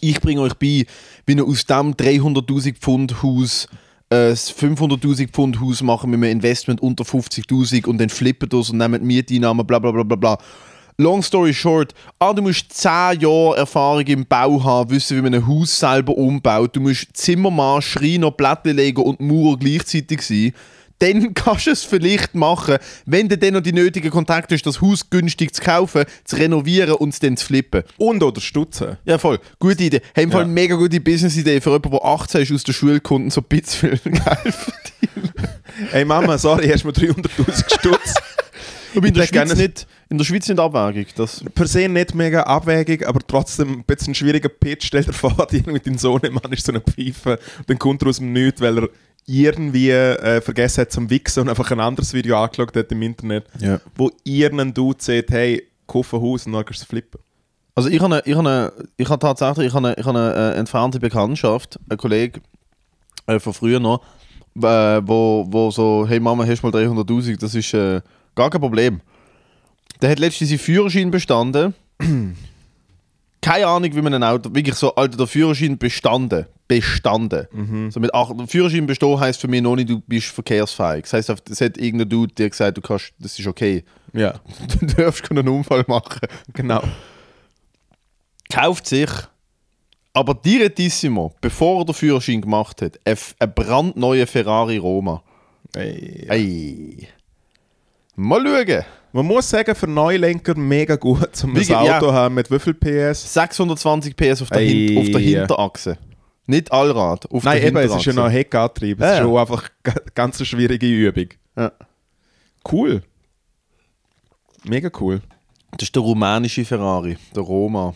[SPEAKER 2] ich bringe euch bei, wie ihr aus dem 300.000 Pfund Haus äh, das 500.000 Pfund Haus machen mit einem Investment unter 50.000 und dann flippen das und nehmen Mieteinnahmen, bla bla bla bla bla. Long story short, ah, du musst 10 Jahre Erfahrung im Bau haben, wissen, wie man ein Haus selber umbaut. Du musst Zimmermann, Schreiner, Plattenleger und Maurer gleichzeitig sein. Dann kannst du es vielleicht machen, wenn du dann noch die nötigen Kontakte hast, das Haus günstig zu kaufen, zu renovieren und es dann zu flippen.
[SPEAKER 3] Und oder Stutzen.
[SPEAKER 2] Ja, voll. Gute Idee. Haben im Fall
[SPEAKER 3] Ja.
[SPEAKER 2] eine mega gute Business-Idee für jemanden, der 18 ist, aus der Schule kommt und so ein bisschen viel Geld verdient.
[SPEAKER 3] Ey Mama, sorry, hast du mir 300'000 Stutz.
[SPEAKER 2] Und in der,
[SPEAKER 3] denke,
[SPEAKER 2] Schweiz
[SPEAKER 3] eines-
[SPEAKER 2] nicht, in der Schweiz nicht Abwägung. Das
[SPEAKER 3] per se nicht mega abwägig, aber trotzdem ein bisschen schwieriger Pitch. Stell dir vor, die mit deinem Sohn im Mann ist so eine Pfeife, dann kommt er aus dem Nichts, weil er irgendwie äh, vergessen hat zum Wichsen und einfach ein anderes Video angeschaut hat im Internet,
[SPEAKER 2] Ja.
[SPEAKER 3] wo irgendein Dude sagt, hey, kauf ein Haus und dann kannst du es flippen.
[SPEAKER 2] Also ich habe, ich habe, ich habe tatsächlich ich habe, ich habe eine äh, entfernte Bekanntschaft, ein Kollege äh, von früher noch, äh, wo, wo so, hey Mama, hast du mal 300'000, das ist äh, gar kein Problem. Der hat letztens seinen Führerschein bestanden. Keine Ahnung, wie man ein Auto, wirklich so, Alter, der Führerschein bestanden. Bestanden. So mit acht, Führerschein bestehen heisst für mich noch nicht, du bist verkehrsfähig. Das heisst, es hat irgendein Dude dir gesagt, du kannst, das ist okay.
[SPEAKER 3] Ja,
[SPEAKER 2] Du darfst keinen Unfall machen
[SPEAKER 3] genau.
[SPEAKER 2] kauft sich, aber direttissimo, bevor er den Führerschein gemacht hat, ein F- ein brandneue Ferrari Roma.
[SPEAKER 3] Ey.
[SPEAKER 2] Ey. Mal schauen.
[SPEAKER 3] Man muss sagen, für Neulenker mega gut, um ein
[SPEAKER 2] Wirklich,
[SPEAKER 3] Auto
[SPEAKER 2] ja.
[SPEAKER 3] haben mit wie viel PS?
[SPEAKER 2] 620 PS auf der,
[SPEAKER 3] Ey.
[SPEAKER 2] Hin auf der Hinterachse. Nicht Allrad, auf
[SPEAKER 3] Nein,
[SPEAKER 2] der
[SPEAKER 3] eben, es ist ja noch Heckantrieb. Es
[SPEAKER 2] Ja,
[SPEAKER 3] ist
[SPEAKER 2] ja.
[SPEAKER 3] schon einfach g- ganz eine schwierige Übung.
[SPEAKER 2] Ja.
[SPEAKER 3] Cool. Mega cool.
[SPEAKER 2] Das ist der rumänische Ferrari, der Roma.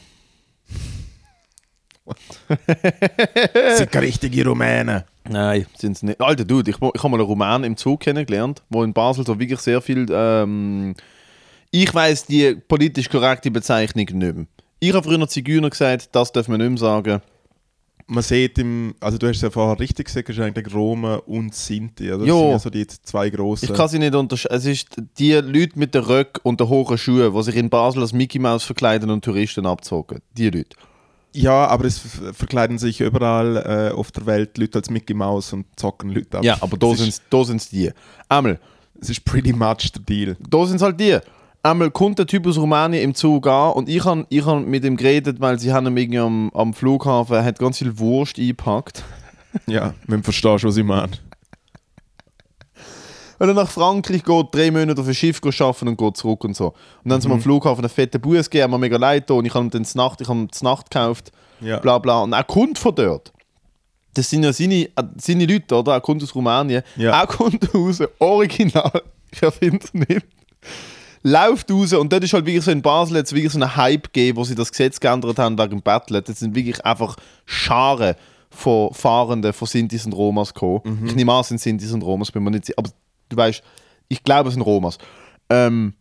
[SPEAKER 2] Äh.
[SPEAKER 3] sind richtige Rumänen.
[SPEAKER 2] Nein, sind sie nicht. Alter Dude, ich, mo- ich habe mal einen Rumänen im Zug kennengelernt, wo in Basel so wirklich sehr viel. Ähm, ich weiß die politisch korrekte Bezeichnung nicht mehr. Ich habe früher Zigeuner gesagt, das darf man nicht mehr sagen.
[SPEAKER 3] Man sieht im, also du hast es ja vorher richtig gesagt, es ist eigentlich Roma und Sinti. Also das
[SPEAKER 2] Jo.
[SPEAKER 3] sind ja so die zwei grossen.
[SPEAKER 2] Ich kann sie nicht unterscheiden. Es ist die Leute mit den Röck und den hohen Schuhen, die sich in Basel als Mickey Mouse verkleiden und Touristen abzogen. Die Leute.
[SPEAKER 3] ja, aber es f- verkleiden sich überall äh, auf der Welt Leute als Mickey Mouse und zocken Leute ab.
[SPEAKER 2] Ja, aber da
[SPEAKER 3] Es ist-
[SPEAKER 2] sind da sind's die. Einmal,
[SPEAKER 3] Es ist pretty much der Deal.
[SPEAKER 2] da sind's halt die. Einmal kommt der Typ aus Rumänien im Zug an und ich habe ich han mit ihm geredet, weil sie haben ihm irgendwie am, am Flughafen er hat ganz viel Wurst eingepackt.
[SPEAKER 3] Ja, wenn du verstehst, was ich meine.
[SPEAKER 2] Wenn er nach Frankreich geht, drei Monate auf ein Schiff geht arbeiten und geht zurück und so. Und dann haben sie mir am Flughafen einen fetten Bus gegeben, haben mir mega leid getan und ich habe ihm dann zur Nacht, ich habe ihm zur Nacht gekauft.
[SPEAKER 3] Ja.
[SPEAKER 2] bla bla. Und er kommt von dort. Das sind ja seine, äh, seine Leute, oder? Er kommt aus Rumänien.
[SPEAKER 3] Ja.
[SPEAKER 2] Er kommt raus, original, ich erfinde es nicht. Läuft raus und dort ist halt wirklich so in Basel jetzt wirklich so ein Hype gegeben, wo sie das Gesetz geändert haben wegen dem Battle. Jetzt sind wirklich einfach Scharen von Fahrenden von Sintis und Romas gekommen. Ich nehme an, es sind Sintis und Romas, bin mir nicht sicher. Aber du weißt, ich glaube, es sind Romas. Ähm,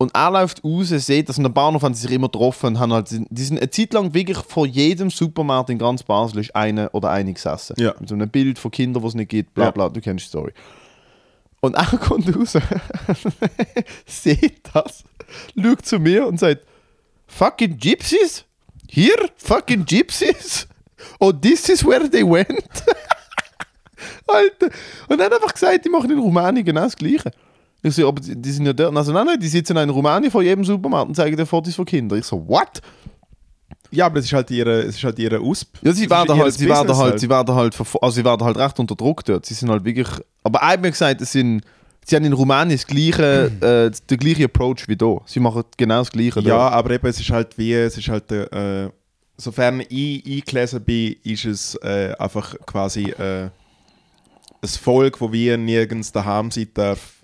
[SPEAKER 2] und er läuft raus, sieht, dass an der Bahnhof haben sie sich immer getroffen und haben halt, die sind eine Zeit lang wirklich vor jedem Supermarkt in ganz Basel ist eine oder eine gesessen.
[SPEAKER 3] Ja.
[SPEAKER 2] Mit so einem Bild von Kindern, die es nicht gibt, bla
[SPEAKER 3] Ja.
[SPEAKER 2] bla, du kennst die Story. Und er kommt raus, sieht das, schaut zu mir und sagt, fucking Gypsies? Hier? Fucking Gypsies? Oh, this is where they went? Alter. Und dann einfach gesagt, die machen in Rumänien genau das Gleiche. Ich so, aber die die sind ja dort. Und Also, nein, nein, die sitzen auch in Rumänien vor jedem Supermarkt und zeigen dir Fotos von Kindern. Ich so, what?
[SPEAKER 3] Ja, aber es ist halt ihre, es ist halt ihre USP.
[SPEAKER 2] Ja, sie
[SPEAKER 3] Es ist
[SPEAKER 2] werden
[SPEAKER 3] ihr
[SPEAKER 2] halt, sie
[SPEAKER 3] Business
[SPEAKER 2] werden halt, sie werden halt, verfo- also sie werden halt recht unter Druck dort. Sie sind halt wirklich, aber ich mir gesagt, es sind, sie haben in Rumänien das gleiche, äh, den gleichen Approach wie hier. Sie machen genau das gleiche.
[SPEAKER 3] Ja,
[SPEAKER 2] dort.
[SPEAKER 3] aber eben, es ist halt wie, es ist halt, äh, sofern ich eingelesen bin, ist es äh, einfach quasi äh, ein Volk, wo wir nirgends daheim sein darf.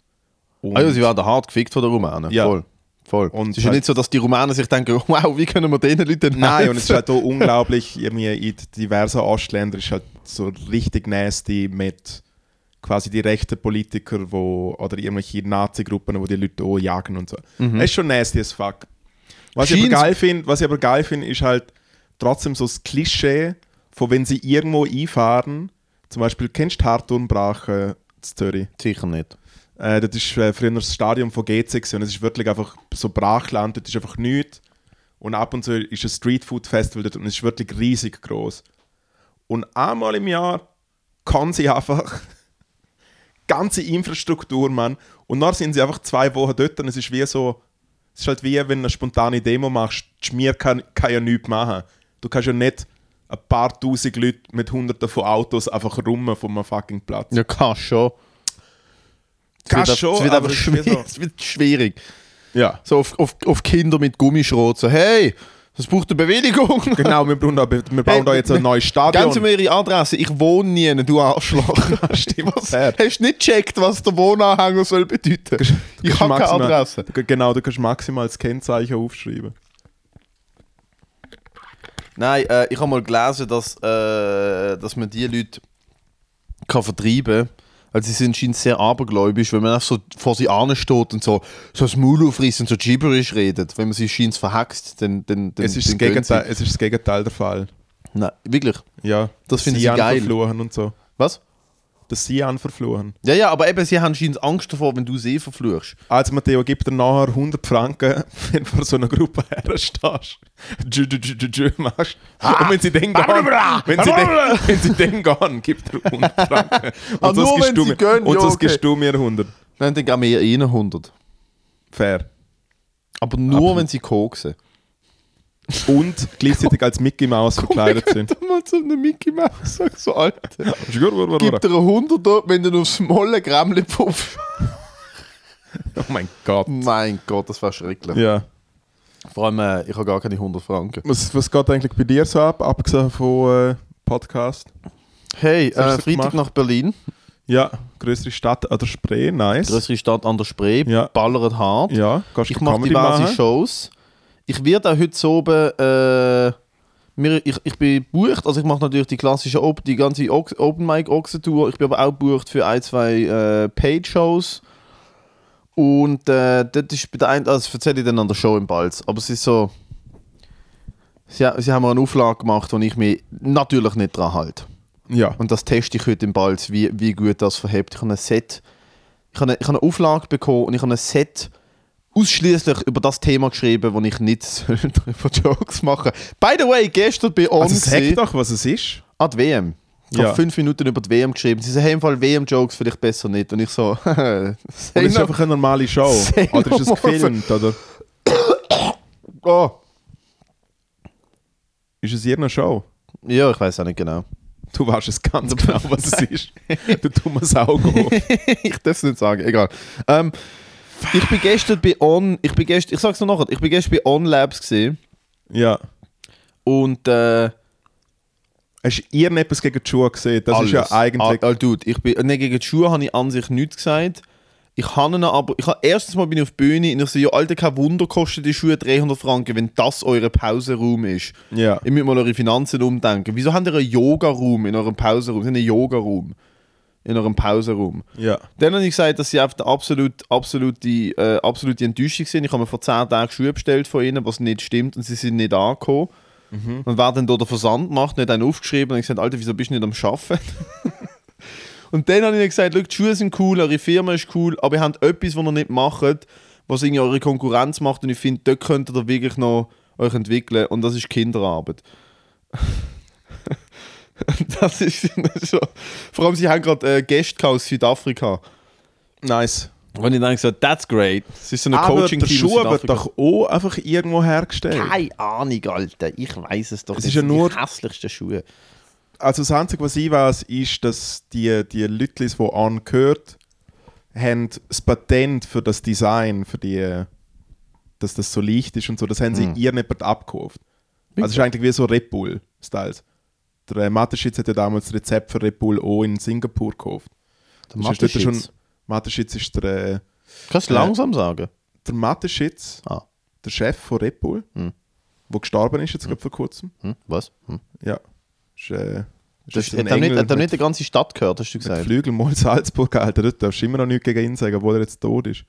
[SPEAKER 3] Und
[SPEAKER 2] Ah, ja, sie werden hart gefickt von den Rumänen.
[SPEAKER 3] Ja.
[SPEAKER 2] Voll. Voll.
[SPEAKER 3] Und
[SPEAKER 2] es ist ja
[SPEAKER 3] halt-
[SPEAKER 2] nicht so, dass die Rumänen sich denken, wow, wie können wir denen Leuten
[SPEAKER 3] Nein,
[SPEAKER 2] helfen?
[SPEAKER 3] und es ist halt auch unglaublich, irgendwie in diversen Ostländern ist halt so richtig nasty mit quasi die rechten Politiker wo, oder irgendwelche Nazi-Gruppen, wo die Leute auch jagen und so. Das ist schon nasty as fuck. Was ich,
[SPEAKER 2] Scheint's-
[SPEAKER 3] aber geil find, was ich aber geil finde, ist halt, trotzdem so das Klischee, von wenn sie irgendwo einfahren, zum Beispiel, kennst du Harturnbrache zu Zürich?
[SPEAKER 2] Sicher nicht.
[SPEAKER 3] Äh, das ist äh, früher das Stadion von GC gewesen. und es ist wirklich einfach so Brachland, dort ist einfach nichts. Und ab und zu ist ein Streetfood-Festival dort und es ist wirklich riesig groß. Und einmal im Jahr kann sie einfach ganze Infrastruktur, Mann. Und dann sind sie einfach zwei Wochen dort und es ist wie so, es ist halt wie wenn du eine spontane Demo machst, die Schmier kann, kann ja nichts machen. Du kannst ja nicht ein paar tausend Leute mit hunderten von Autos einfach rummen von einem fucking Platz.
[SPEAKER 2] Ja, kannst schon.
[SPEAKER 3] Kannst
[SPEAKER 2] Es wird,
[SPEAKER 3] schon,
[SPEAKER 2] es wird
[SPEAKER 3] aber
[SPEAKER 2] aber
[SPEAKER 3] es ist wie
[SPEAKER 2] schwierig.
[SPEAKER 3] so-
[SPEAKER 2] Es wird schwierig.
[SPEAKER 3] Ja.
[SPEAKER 2] So auf, auf, auf Kinder mit Gummischrot. So, hey, das braucht eine Bewilligung.
[SPEAKER 3] Genau, wir bauen da, wir bauen da jetzt ein neues Stadion.
[SPEAKER 2] Geben Sie mir Ihre Adresse. Ich wohne nie, du Arschloch. Stimmt. Was,
[SPEAKER 3] fair.
[SPEAKER 2] hast du nicht gecheckt, was der Wohnanhänger soll bedeuten? Ich habe keine
[SPEAKER 3] Maximal-
[SPEAKER 2] Adresse.
[SPEAKER 3] G- Genau, du kannst maximal das Kennzeichen aufschreiben.
[SPEAKER 2] Nein, äh, ich habe mal gelesen, dass, äh, dass man die Leute kann vertreiben kann. Also sie sind scheinbar sehr abergläubisch, wenn man einfach so vor sie ansteht und so, so das Maul aufreißt und so gibberisch redet. Wenn man sie scheinbar verhext, dann, dann, dann
[SPEAKER 3] Es ist, das
[SPEAKER 2] dann gehen sie.
[SPEAKER 3] Gegenteil, es ist das Gegenteil der Fall.
[SPEAKER 2] Nein, wirklich.
[SPEAKER 3] Ja.
[SPEAKER 2] Das finde ich
[SPEAKER 3] Sian
[SPEAKER 2] geil.
[SPEAKER 3] verfluchen und so.
[SPEAKER 2] Was?
[SPEAKER 3] Das Sian verfluchen.
[SPEAKER 2] Ja, ja, aber eben, sie haben scheinbar Angst davor, wenn du sie verfluchst.
[SPEAKER 3] Also Matteo, gib dir nachher 100 Franken, wenn du vor so einer Gruppe herstehst. Dschü, dschü, dschü, dschü, dschü machst.
[SPEAKER 2] Ah.
[SPEAKER 3] Und wenn sie dann gehen, wenn sie dann, wenn sie dann gehen, gib dir 100 Franken. Und
[SPEAKER 2] Ah, nur
[SPEAKER 3] gibst
[SPEAKER 2] wenn
[SPEAKER 3] du
[SPEAKER 2] sie
[SPEAKER 3] mir,
[SPEAKER 2] gehen,
[SPEAKER 3] und
[SPEAKER 2] ja,
[SPEAKER 3] sonst
[SPEAKER 2] okay.
[SPEAKER 3] gibst du mir 100.
[SPEAKER 2] Nein, dann geben wir eh ihnen 100.
[SPEAKER 3] Fair.
[SPEAKER 2] Aber nur, wenn sie koksen.
[SPEAKER 3] Und gleichzeitig als Mickey Mouse verkleidet sind.
[SPEAKER 2] Mal zu einem Mickey Mouse, sag so, Alter. Gib
[SPEAKER 3] Gib
[SPEAKER 2] dir 100 dort, wenn du aufs Molle Gremlin puffst.
[SPEAKER 3] Oh mein Gott.
[SPEAKER 2] Mein Gott, das war schrecklich.
[SPEAKER 3] Ja.
[SPEAKER 2] Vor allem, äh, ich habe gar keine 100 Franken.
[SPEAKER 3] Was, was geht eigentlich bei dir so ab, abgesehen von äh, Podcast?
[SPEAKER 2] Hey,
[SPEAKER 3] hast
[SPEAKER 2] äh,
[SPEAKER 3] du
[SPEAKER 2] Freitag
[SPEAKER 3] gemacht?
[SPEAKER 2] nach Berlin.
[SPEAKER 3] Ja, größere Stadt an der Spree, nice.
[SPEAKER 2] Größere Stadt an der Spree.
[SPEAKER 3] Ja.
[SPEAKER 2] Ballert hart.
[SPEAKER 3] ja, kannst
[SPEAKER 2] Ich
[SPEAKER 3] du
[SPEAKER 2] mache
[SPEAKER 3] Comedy
[SPEAKER 2] diverse
[SPEAKER 3] machen?
[SPEAKER 2] Shows. Ich werde auch heute oben. Äh, mir, ich, ich bin bucht, also ich mache natürlich die klassische Op die ganze Ox Open Mic Ochsen Tour. Ich bin aber auch bucht für ein, zwei äh, Paid Shows. Und äh, das ist bei der einen, also das erzähle ich dann an der Show im Balz. Aber es ist so. Sie, sie haben mir eine Auflage gemacht, und ich mich natürlich nicht dran halte.
[SPEAKER 3] Ja,
[SPEAKER 2] Und das teste ich heute im Balz, wie, wie gut das verhebt. Ich habe ein Set, ich habe eine, ich habe eine Auflage bekommen und ich habe ein Set ausschließlich über das Thema geschrieben, wo ich nicht soll darüber Jokes machen By the way, gestern bei uns
[SPEAKER 3] also sag doch, was es ist.
[SPEAKER 2] an die WM. Ich
[SPEAKER 3] Ja.
[SPEAKER 2] habe fünf Minuten über die WM geschrieben. Sie sagen, hey, im Fall WM-Jokes vielleicht besser nicht. Und ich so,
[SPEAKER 3] Und
[SPEAKER 2] sag
[SPEAKER 3] es ist
[SPEAKER 2] noch,
[SPEAKER 3] einfach eine normale Show.
[SPEAKER 2] Sag
[SPEAKER 3] Oder ist es
[SPEAKER 2] nochmal.
[SPEAKER 3] gefilmt, oder?
[SPEAKER 2] oh.
[SPEAKER 3] Ist es irgendeine Show?
[SPEAKER 2] Ja, ich weiß auch nicht genau.
[SPEAKER 3] Du weißt es ganz genau, was es ist. Du dummes Auge.
[SPEAKER 2] ich darf es nicht sagen, egal. Ähm, ich bin gestern bei On, ich bin gestern, ich sag's noch nachher, ich bin gestern bei On Labs gesehen
[SPEAKER 3] ja.
[SPEAKER 2] und äh,
[SPEAKER 3] Hast du irgendetwas gegen die Schuhe gesehen? Das ist ja
[SPEAKER 2] Alles.
[SPEAKER 3] eigentlich...
[SPEAKER 2] Ah, ah, dude, ich bin, nee, gegen die Schuhe habe ich an sich nichts gesagt. Ich habe ihnen aber. Ich habe erstens mal bin ich auf die Bühne und ich so, ja, Alter, kein Wunder, kosten die Schuhe 300 Franken, wenn das euer Pausenraum ist.
[SPEAKER 3] ja.
[SPEAKER 2] Ihr müsst mal eure Finanzen umdenken. Wieso habt ihr einen Yoga-Raum in eurem Pausenraum? Sie haben einen Yoga-Raum in eurem Pausenraum.
[SPEAKER 3] ja.
[SPEAKER 2] Dann habe ich gesagt, dass sie auf der absolut, absolute, äh, absolute Enttäuschung sind. Ich habe mir vor 10 Tagen Schuhe bestellt von ihnen, was nicht stimmt und sie sind nicht angekommen. Und wer dann da den Versand macht, nicht einen aufgeschrieben und ich gesagt, Alter, wieso bist du nicht am Schaffen? und dann habe ich ihnen gesagt, schau, die Schuhe sind cool, eure Firma ist cool, aber ihr habt etwas, was ihr nicht macht, was irgendwie eure Konkurrenz macht und ich finde, dort könnt ihr da wirklich noch euch entwickeln und das ist Kinderarbeit. das ist so. Vor allem, sie haben gerade äh, Gäste gehabt aus Südafrika.
[SPEAKER 3] Nice.
[SPEAKER 2] Wenn ich dann gesagt that's great. Es ist so ein
[SPEAKER 3] Ah, Aber
[SPEAKER 2] coaching
[SPEAKER 3] der
[SPEAKER 2] team
[SPEAKER 3] Schuh wird doch auch einfach irgendwo hergestellt.
[SPEAKER 2] Keine Ahnung, Alter. Ich weiß es doch.
[SPEAKER 3] Es ist ja nur-
[SPEAKER 2] die hässlichsten Schuhe.
[SPEAKER 3] also das Einzige, was ich weiß, ist, dass die, die Leute, die angehört, haben das Patent für das Design, für die, dass das so leicht ist und so, das haben
[SPEAKER 2] Hm.
[SPEAKER 3] sie irgendjemand abgekauft. Also es ist eigentlich wie so Red Bull-Styles. Der äh, Mateschitz hat ja damals das Rezept für Red Bull auch in Singapur gekauft.
[SPEAKER 2] Der
[SPEAKER 3] Das ist dort
[SPEAKER 2] Mateschitz.
[SPEAKER 3] Mateschitz ist der, äh,
[SPEAKER 2] Kannst du langsam sagen?
[SPEAKER 3] der Mateschitz,
[SPEAKER 2] Ah,
[SPEAKER 3] der Chef von Red Bull, der gestorben ist jetzt gerade vor kurzem.
[SPEAKER 2] hm, was? Hm.
[SPEAKER 3] Ja. Ist, äh, ist
[SPEAKER 2] Das
[SPEAKER 3] jetzt ein
[SPEAKER 2] hat er nicht,
[SPEAKER 3] Engel
[SPEAKER 2] hat er
[SPEAKER 3] mit-
[SPEAKER 2] nicht die ganze Stadt gehört, hast du
[SPEAKER 3] Mit
[SPEAKER 2] gesagt?
[SPEAKER 3] Flügel mal Salzburg, Alter, dort darfst du immer noch nichts gegen ihn sagen, obwohl er jetzt tot ist.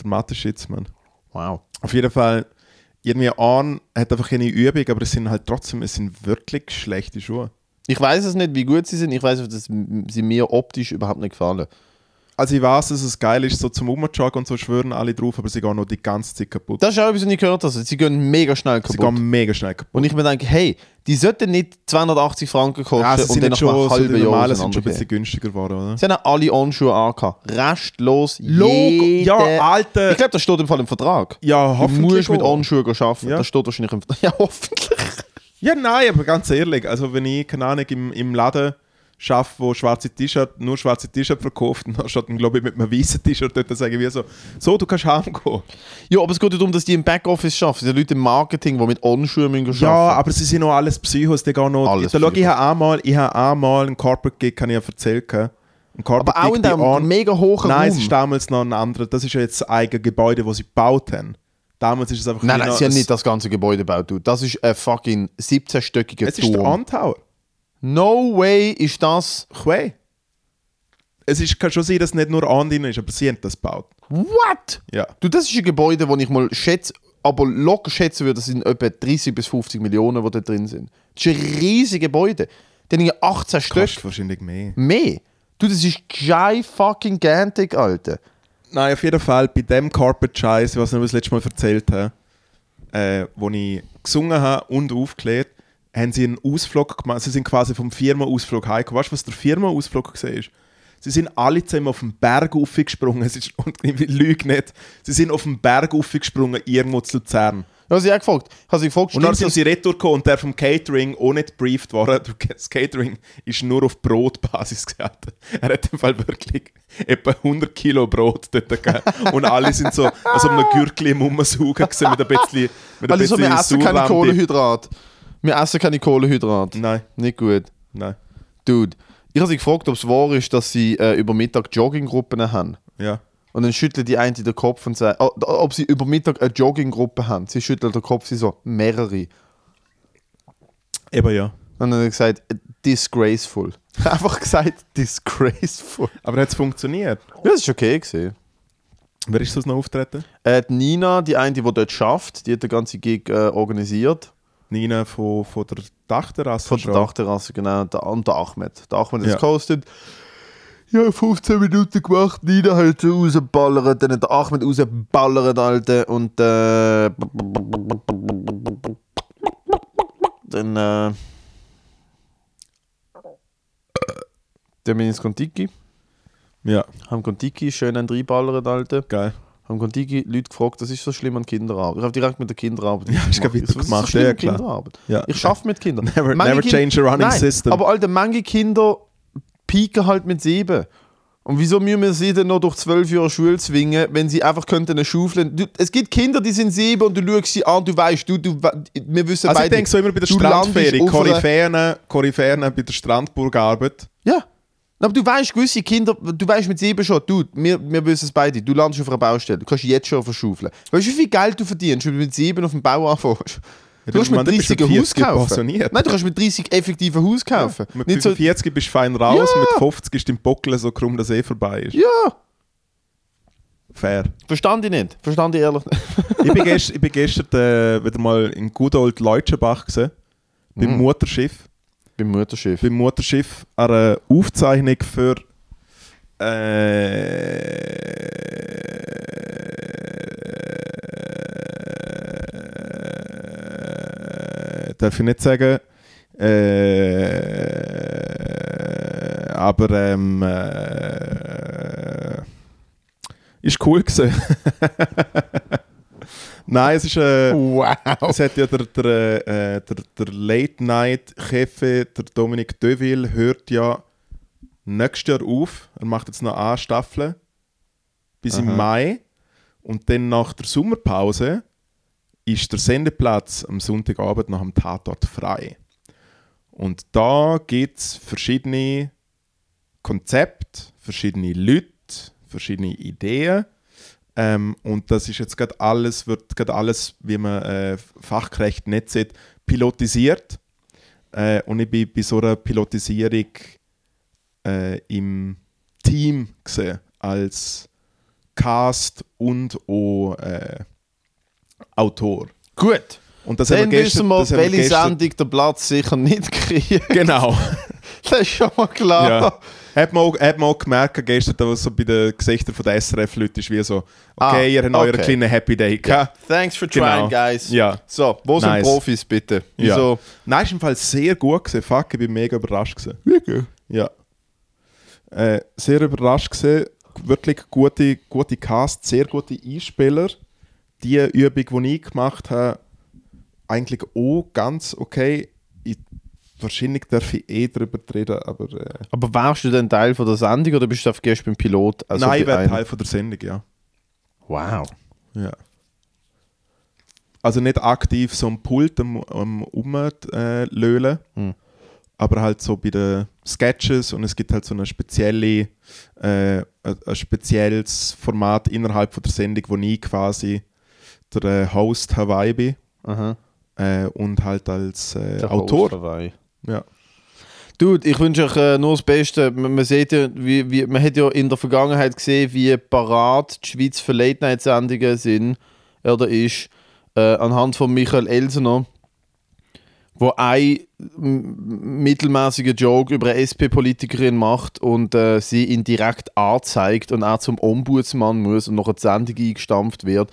[SPEAKER 3] Der Mateschitz, Mann.
[SPEAKER 2] Wow.
[SPEAKER 3] Auf jeden Fall, irgendwie an, hat einfach keine Übung, aber es sind halt trotzdem, es sind wirklich schlechte Schuhe.
[SPEAKER 2] Ich weiß es nicht, wie gut sie sind. Ich weiß, dass sie mir optisch überhaupt nicht gefallen.
[SPEAKER 3] Also ich weiß, dass es geil ist, so zum Umjoggen und so schwören alle drauf, aber sie gehen noch die ganze Zeit kaputt.
[SPEAKER 2] Das ist auch etwas, was ich gehört habe. Sie gehen mega schnell
[SPEAKER 3] sie
[SPEAKER 2] kaputt.
[SPEAKER 3] gehen mega schnell kaputt.
[SPEAKER 2] Und ich mir denke, hey, die sollten nicht 280 Franken kosten
[SPEAKER 3] Ja, sie
[SPEAKER 2] und
[SPEAKER 3] sind
[SPEAKER 2] dann
[SPEAKER 3] jetzt schon,
[SPEAKER 2] nach
[SPEAKER 3] so
[SPEAKER 2] einem
[SPEAKER 3] die
[SPEAKER 2] halben Jahr
[SPEAKER 3] normalen sind schon ein
[SPEAKER 2] auseinandergehen.
[SPEAKER 3] bisschen günstiger geworden, oder?
[SPEAKER 2] Sie haben alle On-Schuhe angehabt. Restlos.
[SPEAKER 3] Logo- ja,
[SPEAKER 2] jeder-
[SPEAKER 3] Alter.
[SPEAKER 2] Ich glaube, das steht im Fall im Vertrag.
[SPEAKER 3] Ja,
[SPEAKER 2] Du musst mit
[SPEAKER 3] auch.
[SPEAKER 2] On-Schuhen gehen arbeiten.
[SPEAKER 3] Ja.
[SPEAKER 2] Das steht wahrscheinlich im Vertrag. Ja, hoffentlich.
[SPEAKER 3] Ja, nein, aber ganz ehrlich, also wenn ich, keine Ahnung, im, im Laden schaffe, wo schwarze T-Shirt, nur schwarze T-Shirt verkauft, und dann steht dann, glaube ich, mit einem weißen T-Shirt dort, dann sage ich wie so, so, du kannst heimgehen.
[SPEAKER 2] Ja, aber es geht ja darum, dass die im Backoffice arbeiten. Die Leute im Marketing, die mit On-Schuhen müssen arbeiten.
[SPEAKER 3] Ja, aber sie sind noch alles Psychos, die gehen noch...
[SPEAKER 2] Alles
[SPEAKER 3] da schau, ich
[SPEAKER 2] Psychos.
[SPEAKER 3] habe einmal, ich habe einmal einen Corporate-Gig, kann ich ja erzählen, gehabt. Ein
[SPEAKER 2] aber auch in
[SPEAKER 3] Corporate-Gig, die
[SPEAKER 2] diesem
[SPEAKER 3] an-
[SPEAKER 2] mega hohen
[SPEAKER 3] Nein, es
[SPEAKER 2] Raum.
[SPEAKER 3] ist damals noch ein anderer, das ist ja jetzt das eigene Gebäude, das sie gebaut haben. Damals ist es einfach...
[SPEAKER 2] Nein,
[SPEAKER 3] wie
[SPEAKER 2] nein,
[SPEAKER 3] noch
[SPEAKER 2] sie haben
[SPEAKER 3] ein-
[SPEAKER 2] nicht das ganze Gebäude gebaut. du. Das ist ein fucking 17-stöckiger
[SPEAKER 3] Es ist der
[SPEAKER 2] Turm.
[SPEAKER 3] Antower.
[SPEAKER 2] No way ist das...
[SPEAKER 3] Quay. Es ist, kann schon sein, dass es nicht nur an drin ist, aber sie haben das gebaut.
[SPEAKER 2] What?
[SPEAKER 3] Ja.
[SPEAKER 2] Du, das ist ein Gebäude, das ich mal schätze, aber locker schätzen würde, das sind etwa 30 bis 50 Millionen, die da drin sind. Das ist ein riesiges Gebäude. Die haben 18 Stück
[SPEAKER 3] Kostet wahrscheinlich mehr.
[SPEAKER 2] mehr. Du, das ist geil fucking Gantic, Alter.
[SPEAKER 3] Nein, auf jeden Fall bei dem Carpet Scheiß, was ich noch das letzte Mal erzählt habe, äh, wo ich gesungen habe und aufgelegt, haben sie einen Ausflug gemacht. Sie sind quasi vom Firmenausflug heimgekommen. Weißt du, was der Firmenausflug war? Sie sind alle zusammen auf den Berg aufgesprungen. Es ist, und ich lüge nicht. Sie sind auf den Berg aufgesprungen, irgendwo zu Luzern.
[SPEAKER 2] Ja, sie hat gefragt. Ich habe sie gefragt,
[SPEAKER 3] Und dann
[SPEAKER 2] stimmt
[SPEAKER 3] sind
[SPEAKER 2] das?
[SPEAKER 3] sie retour gekommen und der vom Catering auch nicht brieft worden. Das Catering ist nur auf Brotbasis gehalten. Er hat im Fall wirklich etwa 100 Kilo Brot dort gegeben. Und alle sind so an so einem Gürtel im Umsaugen gewesen, mit ein bisschen mit ein
[SPEAKER 2] Also, wir
[SPEAKER 3] bisschen
[SPEAKER 2] essen keine
[SPEAKER 3] Sauerland.
[SPEAKER 2] Kohlenhydrate. Wir essen keine Kohlenhydrate.
[SPEAKER 3] Nein,
[SPEAKER 2] Nicht gut.
[SPEAKER 3] nein,
[SPEAKER 2] Dude, ich habe sie gefragt, ob es wahr ist, dass sie äh, über Mittag Jogginggruppen haben.
[SPEAKER 3] ja.
[SPEAKER 2] Und dann schüttelt die eine den Kopf und sagt, oh, ob sie über Mittag eine Jogginggruppe haben. Sie schüttelt den Kopf, sie so, mehrere.
[SPEAKER 3] Eben ja.
[SPEAKER 2] Und dann hat er gesagt, äh, disgraceful. Einfach gesagt, disgraceful.
[SPEAKER 3] Aber hat es funktioniert?
[SPEAKER 2] Ja, das ist okay gesehen.
[SPEAKER 3] Wer ist sonst noch auftreten?
[SPEAKER 2] Äh, die Nina, die eine, die dort schafft, die hat den ganzen Gig äh, organisiert.
[SPEAKER 3] Nina von, von der Dachterrasse.
[SPEAKER 2] Von der Dachterrasse, genau. Und der, und der Ahmed. Der Ahmed hat es
[SPEAKER 3] Ja.
[SPEAKER 2] gehostet. Ja, 15 Minuten gemacht, Nina hat sie rausgeballert, dann hat der Ahmed rausgeballert, Alter. Und äh, dann äh, dann bin ich ins Kontiki.
[SPEAKER 3] Ja,
[SPEAKER 2] Haben Kontiki schön einen reinballert, Alter.
[SPEAKER 3] geil.
[SPEAKER 2] Haben Kontiki Leute gefragt, das ist so schlimm an Kinderarbeit. Ich habe direkt mit der Kinderarbeit.
[SPEAKER 3] Ja, hast du gerade
[SPEAKER 2] gemacht.
[SPEAKER 3] weitergemacht,
[SPEAKER 2] Das ist so schlimm
[SPEAKER 3] ja,
[SPEAKER 2] an
[SPEAKER 3] klar.
[SPEAKER 2] Kinderarbeit.
[SPEAKER 3] Ja.
[SPEAKER 2] Ich schaffe mit Kindern.
[SPEAKER 3] Never-
[SPEAKER 2] Manche
[SPEAKER 3] never
[SPEAKER 2] Kinder-
[SPEAKER 3] change a running
[SPEAKER 2] Nein,
[SPEAKER 3] system.
[SPEAKER 2] Aber Alter, manche Kinder pieken halt mit sieben. Und wieso müssen wir sie denn noch durch zwölf Jahre Schule zwingen, wenn sie einfach könnten eine Schaufel... Du, es gibt Kinder, die sind sieben und du schaust sie an, du weißt, du, du, we- wir wissen
[SPEAKER 3] Also ich
[SPEAKER 2] beide...
[SPEAKER 3] denke so immer bei der
[SPEAKER 2] du landest
[SPEAKER 3] Strandferie,
[SPEAKER 2] auf einer-
[SPEAKER 3] Koryphäen, Koryphäen bei der Strandburgarbeit.
[SPEAKER 2] ja. Aber du weißt, gewisse Kinder, du weißt mit sieben schon, du, wir, wir wissen es beide, du landest auf einer Baustelle, du kannst jetzt schon verschaufeln. Weißt du, wie viel Geld du verdienst, wenn du mit sieben auf dem Bau anfängst? Du kannst mit
[SPEAKER 3] Mann, du bist
[SPEAKER 2] 30
[SPEAKER 3] mit
[SPEAKER 2] ein Haus
[SPEAKER 3] 40
[SPEAKER 2] kaufen. Nein,
[SPEAKER 3] passioniert.
[SPEAKER 2] du kannst mit 30 effektiv ein Haus kaufen.
[SPEAKER 3] Mit
[SPEAKER 2] Nicht so,
[SPEAKER 3] 45 bist du fein raus,
[SPEAKER 2] Ja.
[SPEAKER 3] mit 50 ist dein Bockel so krumm, dass eh vorbei ist.
[SPEAKER 2] ja,
[SPEAKER 3] Fair.
[SPEAKER 2] verstand ich nicht. Verstand ich ehrlich nicht.
[SPEAKER 3] ich, bin gest, ich bin gestern äh, wieder mal in Good Old Leutschenbach gewesen, beim
[SPEAKER 2] Mhm.
[SPEAKER 3] Mutterschiff.
[SPEAKER 2] Beim Mutterschiff.
[SPEAKER 3] Beim Mutterschiff an einer Aufzeichnung für äh, äh, darf ich nicht sagen äh, aber ähm, äh, ist cool gewesen. Nein, es ist äh,
[SPEAKER 2] Wow.
[SPEAKER 3] es hat ja der, der, äh, der, der Late-Night-Chef, der Dominik Deville, hört ja nächstes Jahr auf. Er macht jetzt noch eine Staffel bis im Mai. Und dann nach der Sommerpause ist der Sendeplatz am Sonntagabend nach dem Tatort frei. Und da gibt es verschiedene Konzepte, verschiedene Leute, verschiedene Ideen. Ähm, und das ist jetzt gerade alles, wird gerade alles, wie man äh, fachgerecht nicht sieht, pilotisiert. Äh, und ich bin bei so einer Pilotisierung äh, im Team gesehen, als Cast und auch äh, Autor.
[SPEAKER 2] Gut.
[SPEAKER 3] Und das
[SPEAKER 2] Dann
[SPEAKER 3] haben wir gestern,
[SPEAKER 2] wissen wir,
[SPEAKER 3] das haben
[SPEAKER 2] welche
[SPEAKER 3] gestern-
[SPEAKER 2] Sendung den Platz sicher nicht kriegt.
[SPEAKER 3] Genau.
[SPEAKER 2] Das ist schon mal klar.
[SPEAKER 3] ja. Hat man, auch, hat man auch gemerkt gestern, dass so bei den Gesichtern von der SRF-Leuten ist wie so, okay,
[SPEAKER 2] Ah,
[SPEAKER 3] ihr habt
[SPEAKER 2] okay.
[SPEAKER 3] euren kleinen Happy Day gehabt.
[SPEAKER 2] Thanks for
[SPEAKER 3] Genau.
[SPEAKER 2] trying, guys.
[SPEAKER 3] Ja.
[SPEAKER 2] So, wo sind
[SPEAKER 3] Nice.
[SPEAKER 2] Profis bitte?
[SPEAKER 3] Ja.
[SPEAKER 2] Wieso?
[SPEAKER 3] Nein, ist im Fall sehr gut gewesen. Fuck, ich bin mega überrascht gewesen.
[SPEAKER 2] Wirklich?
[SPEAKER 3] Ja. Äh, sehr überrascht gewesen. Wirklich gute, gute Cast, sehr gute Einspieler. Die Übung, die ich gemacht habe, eigentlich auch ganz okay. Ich, wahrscheinlich darf ich eh darüber reden, aber... Äh,
[SPEAKER 2] Aber wärst du denn Teil von der Sendung oder bist du auf gestern beim Pilot? Also
[SPEAKER 3] nein, ich
[SPEAKER 2] bei
[SPEAKER 3] wäre
[SPEAKER 2] einem-
[SPEAKER 3] Teil von der Sendung, ja.
[SPEAKER 2] Wow.
[SPEAKER 3] ja. Also nicht aktiv so am Pult am, am rumlölen,
[SPEAKER 2] Hm.
[SPEAKER 3] aber halt so bei den Sketches und es gibt halt so eine spezielle, äh, ein, ein spezielles Format innerhalb von der Sendung, wo ich quasi der äh, Host Hawaii bin
[SPEAKER 2] Aha.
[SPEAKER 3] äh, und halt als äh,
[SPEAKER 2] Der
[SPEAKER 3] Autor.
[SPEAKER 2] Host dabei.
[SPEAKER 3] Ja.
[SPEAKER 2] Dude, ich wünsche euch äh, nur das Beste. Man, man, sieht ja, wie, wie, man hat ja in der Vergangenheit gesehen, wie parat die Schweiz für Late-Night-Sendungen sind. Oder ist äh, anhand von Michael Elsener, wo ein m- mittelmäßiger Joke über eine SP-Politikerin macht und äh, sie ihn direkt anzeigt und auch zum Ombudsmann muss und noch eine Sendung eingestampft wird.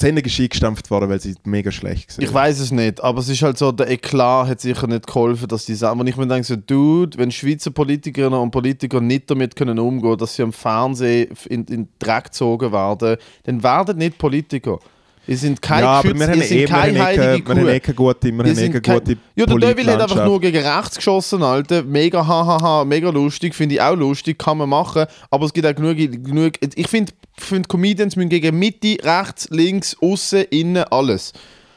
[SPEAKER 3] Die Sendung ist eingestampft worden, weil sie mega schlecht war.
[SPEAKER 2] Ich weiß es nicht, aber es ist halt so, der Eklat hat sicher nicht geholfen, dass die Sachen. Wenn ich mir denke, so, Dude, wenn Schweizer Politikerinnen und Politiker nicht damit können umgehen dass sie am Fernsehen in, in den Dreck gezogen werden, dann werden nicht Politiker. Ihr sind keine
[SPEAKER 3] ja, aber
[SPEAKER 2] Geschütz-
[SPEAKER 3] wir haben
[SPEAKER 2] ihr sind
[SPEAKER 3] eh
[SPEAKER 2] keine heilige
[SPEAKER 3] keine
[SPEAKER 2] Kuh.
[SPEAKER 3] eh keine gute, wir
[SPEAKER 2] Ihr
[SPEAKER 3] haben eh keine
[SPEAKER 2] sind kein-
[SPEAKER 3] gute
[SPEAKER 2] Ja, der Devil hat einfach
[SPEAKER 3] Politlandschaft.
[SPEAKER 2] nur gegen rechts geschossen, Alter. Mega hahaha, mega lustig, finde ich auch lustig, kann man machen. Aber es gibt auch genug. genug ich finde, find Comedians müssen gegen Mitte, rechts, links, außen, innen, alles.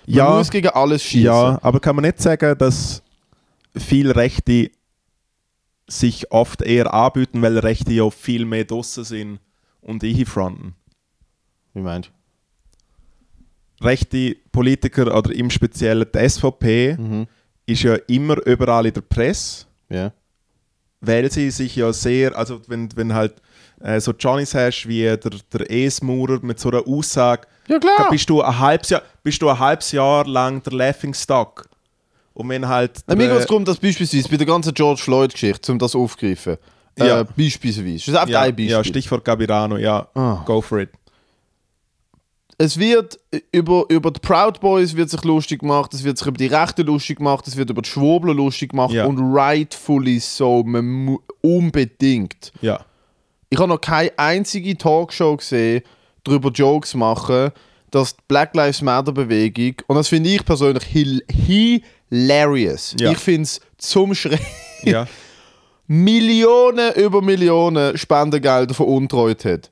[SPEAKER 2] Man
[SPEAKER 3] Ja.
[SPEAKER 2] muss gegen alles schießen.
[SPEAKER 3] Ja, aber kann man nicht sagen, dass viele Rechte sich oft eher anbieten, weil Rechte ja viel mehr draussen sind und ich fronten.
[SPEAKER 2] Wie meinst
[SPEAKER 3] Rechte Politiker oder im Speziellen die SVP
[SPEAKER 2] Mhm.
[SPEAKER 3] ist ja immer überall in der Presse,
[SPEAKER 2] du? Ja.
[SPEAKER 3] weil sie sich ja sehr, also wenn, wenn halt äh, so Johnnies hast wie der, der Esmurer mit so einer Aussage,
[SPEAKER 2] Ja, klar.
[SPEAKER 3] bist du ein halbes Jahr, bist du ein halbes Jahr lang der Laughing Stock. Und wenn halt.
[SPEAKER 2] Nein, mir
[SPEAKER 3] der-
[SPEAKER 2] geht es darum, dass beispielsweise bei der ganzen George Floyd-Geschichte, um das aufzugreifen,
[SPEAKER 3] Ja.
[SPEAKER 2] äh, beispielsweise, das ist einfach
[SPEAKER 3] ja,
[SPEAKER 2] ein Beispiel.
[SPEAKER 3] ja, Stichwort Gabirano, ja.
[SPEAKER 2] Ah.
[SPEAKER 3] Go for it.
[SPEAKER 2] es wird äh, über, über die Proud Boys wird sich lustig gemacht, es wird sich über die Rechte lustig gemacht, es wird über die Schwurbler lustig gemacht
[SPEAKER 3] Ja.
[SPEAKER 2] und rightfully so, man mu- unbedingt.
[SPEAKER 3] Ja.
[SPEAKER 2] Ich habe noch keine einzige Talkshow gesehen, darüber Jokes machen, dass die Black Lives Matter Bewegung, und das finde ich persönlich hil hilarious.
[SPEAKER 3] Ja.
[SPEAKER 2] Ich finde es zum Schreien.
[SPEAKER 3] ja.
[SPEAKER 2] Millionen über Millionen Spendengelder veruntreut hat.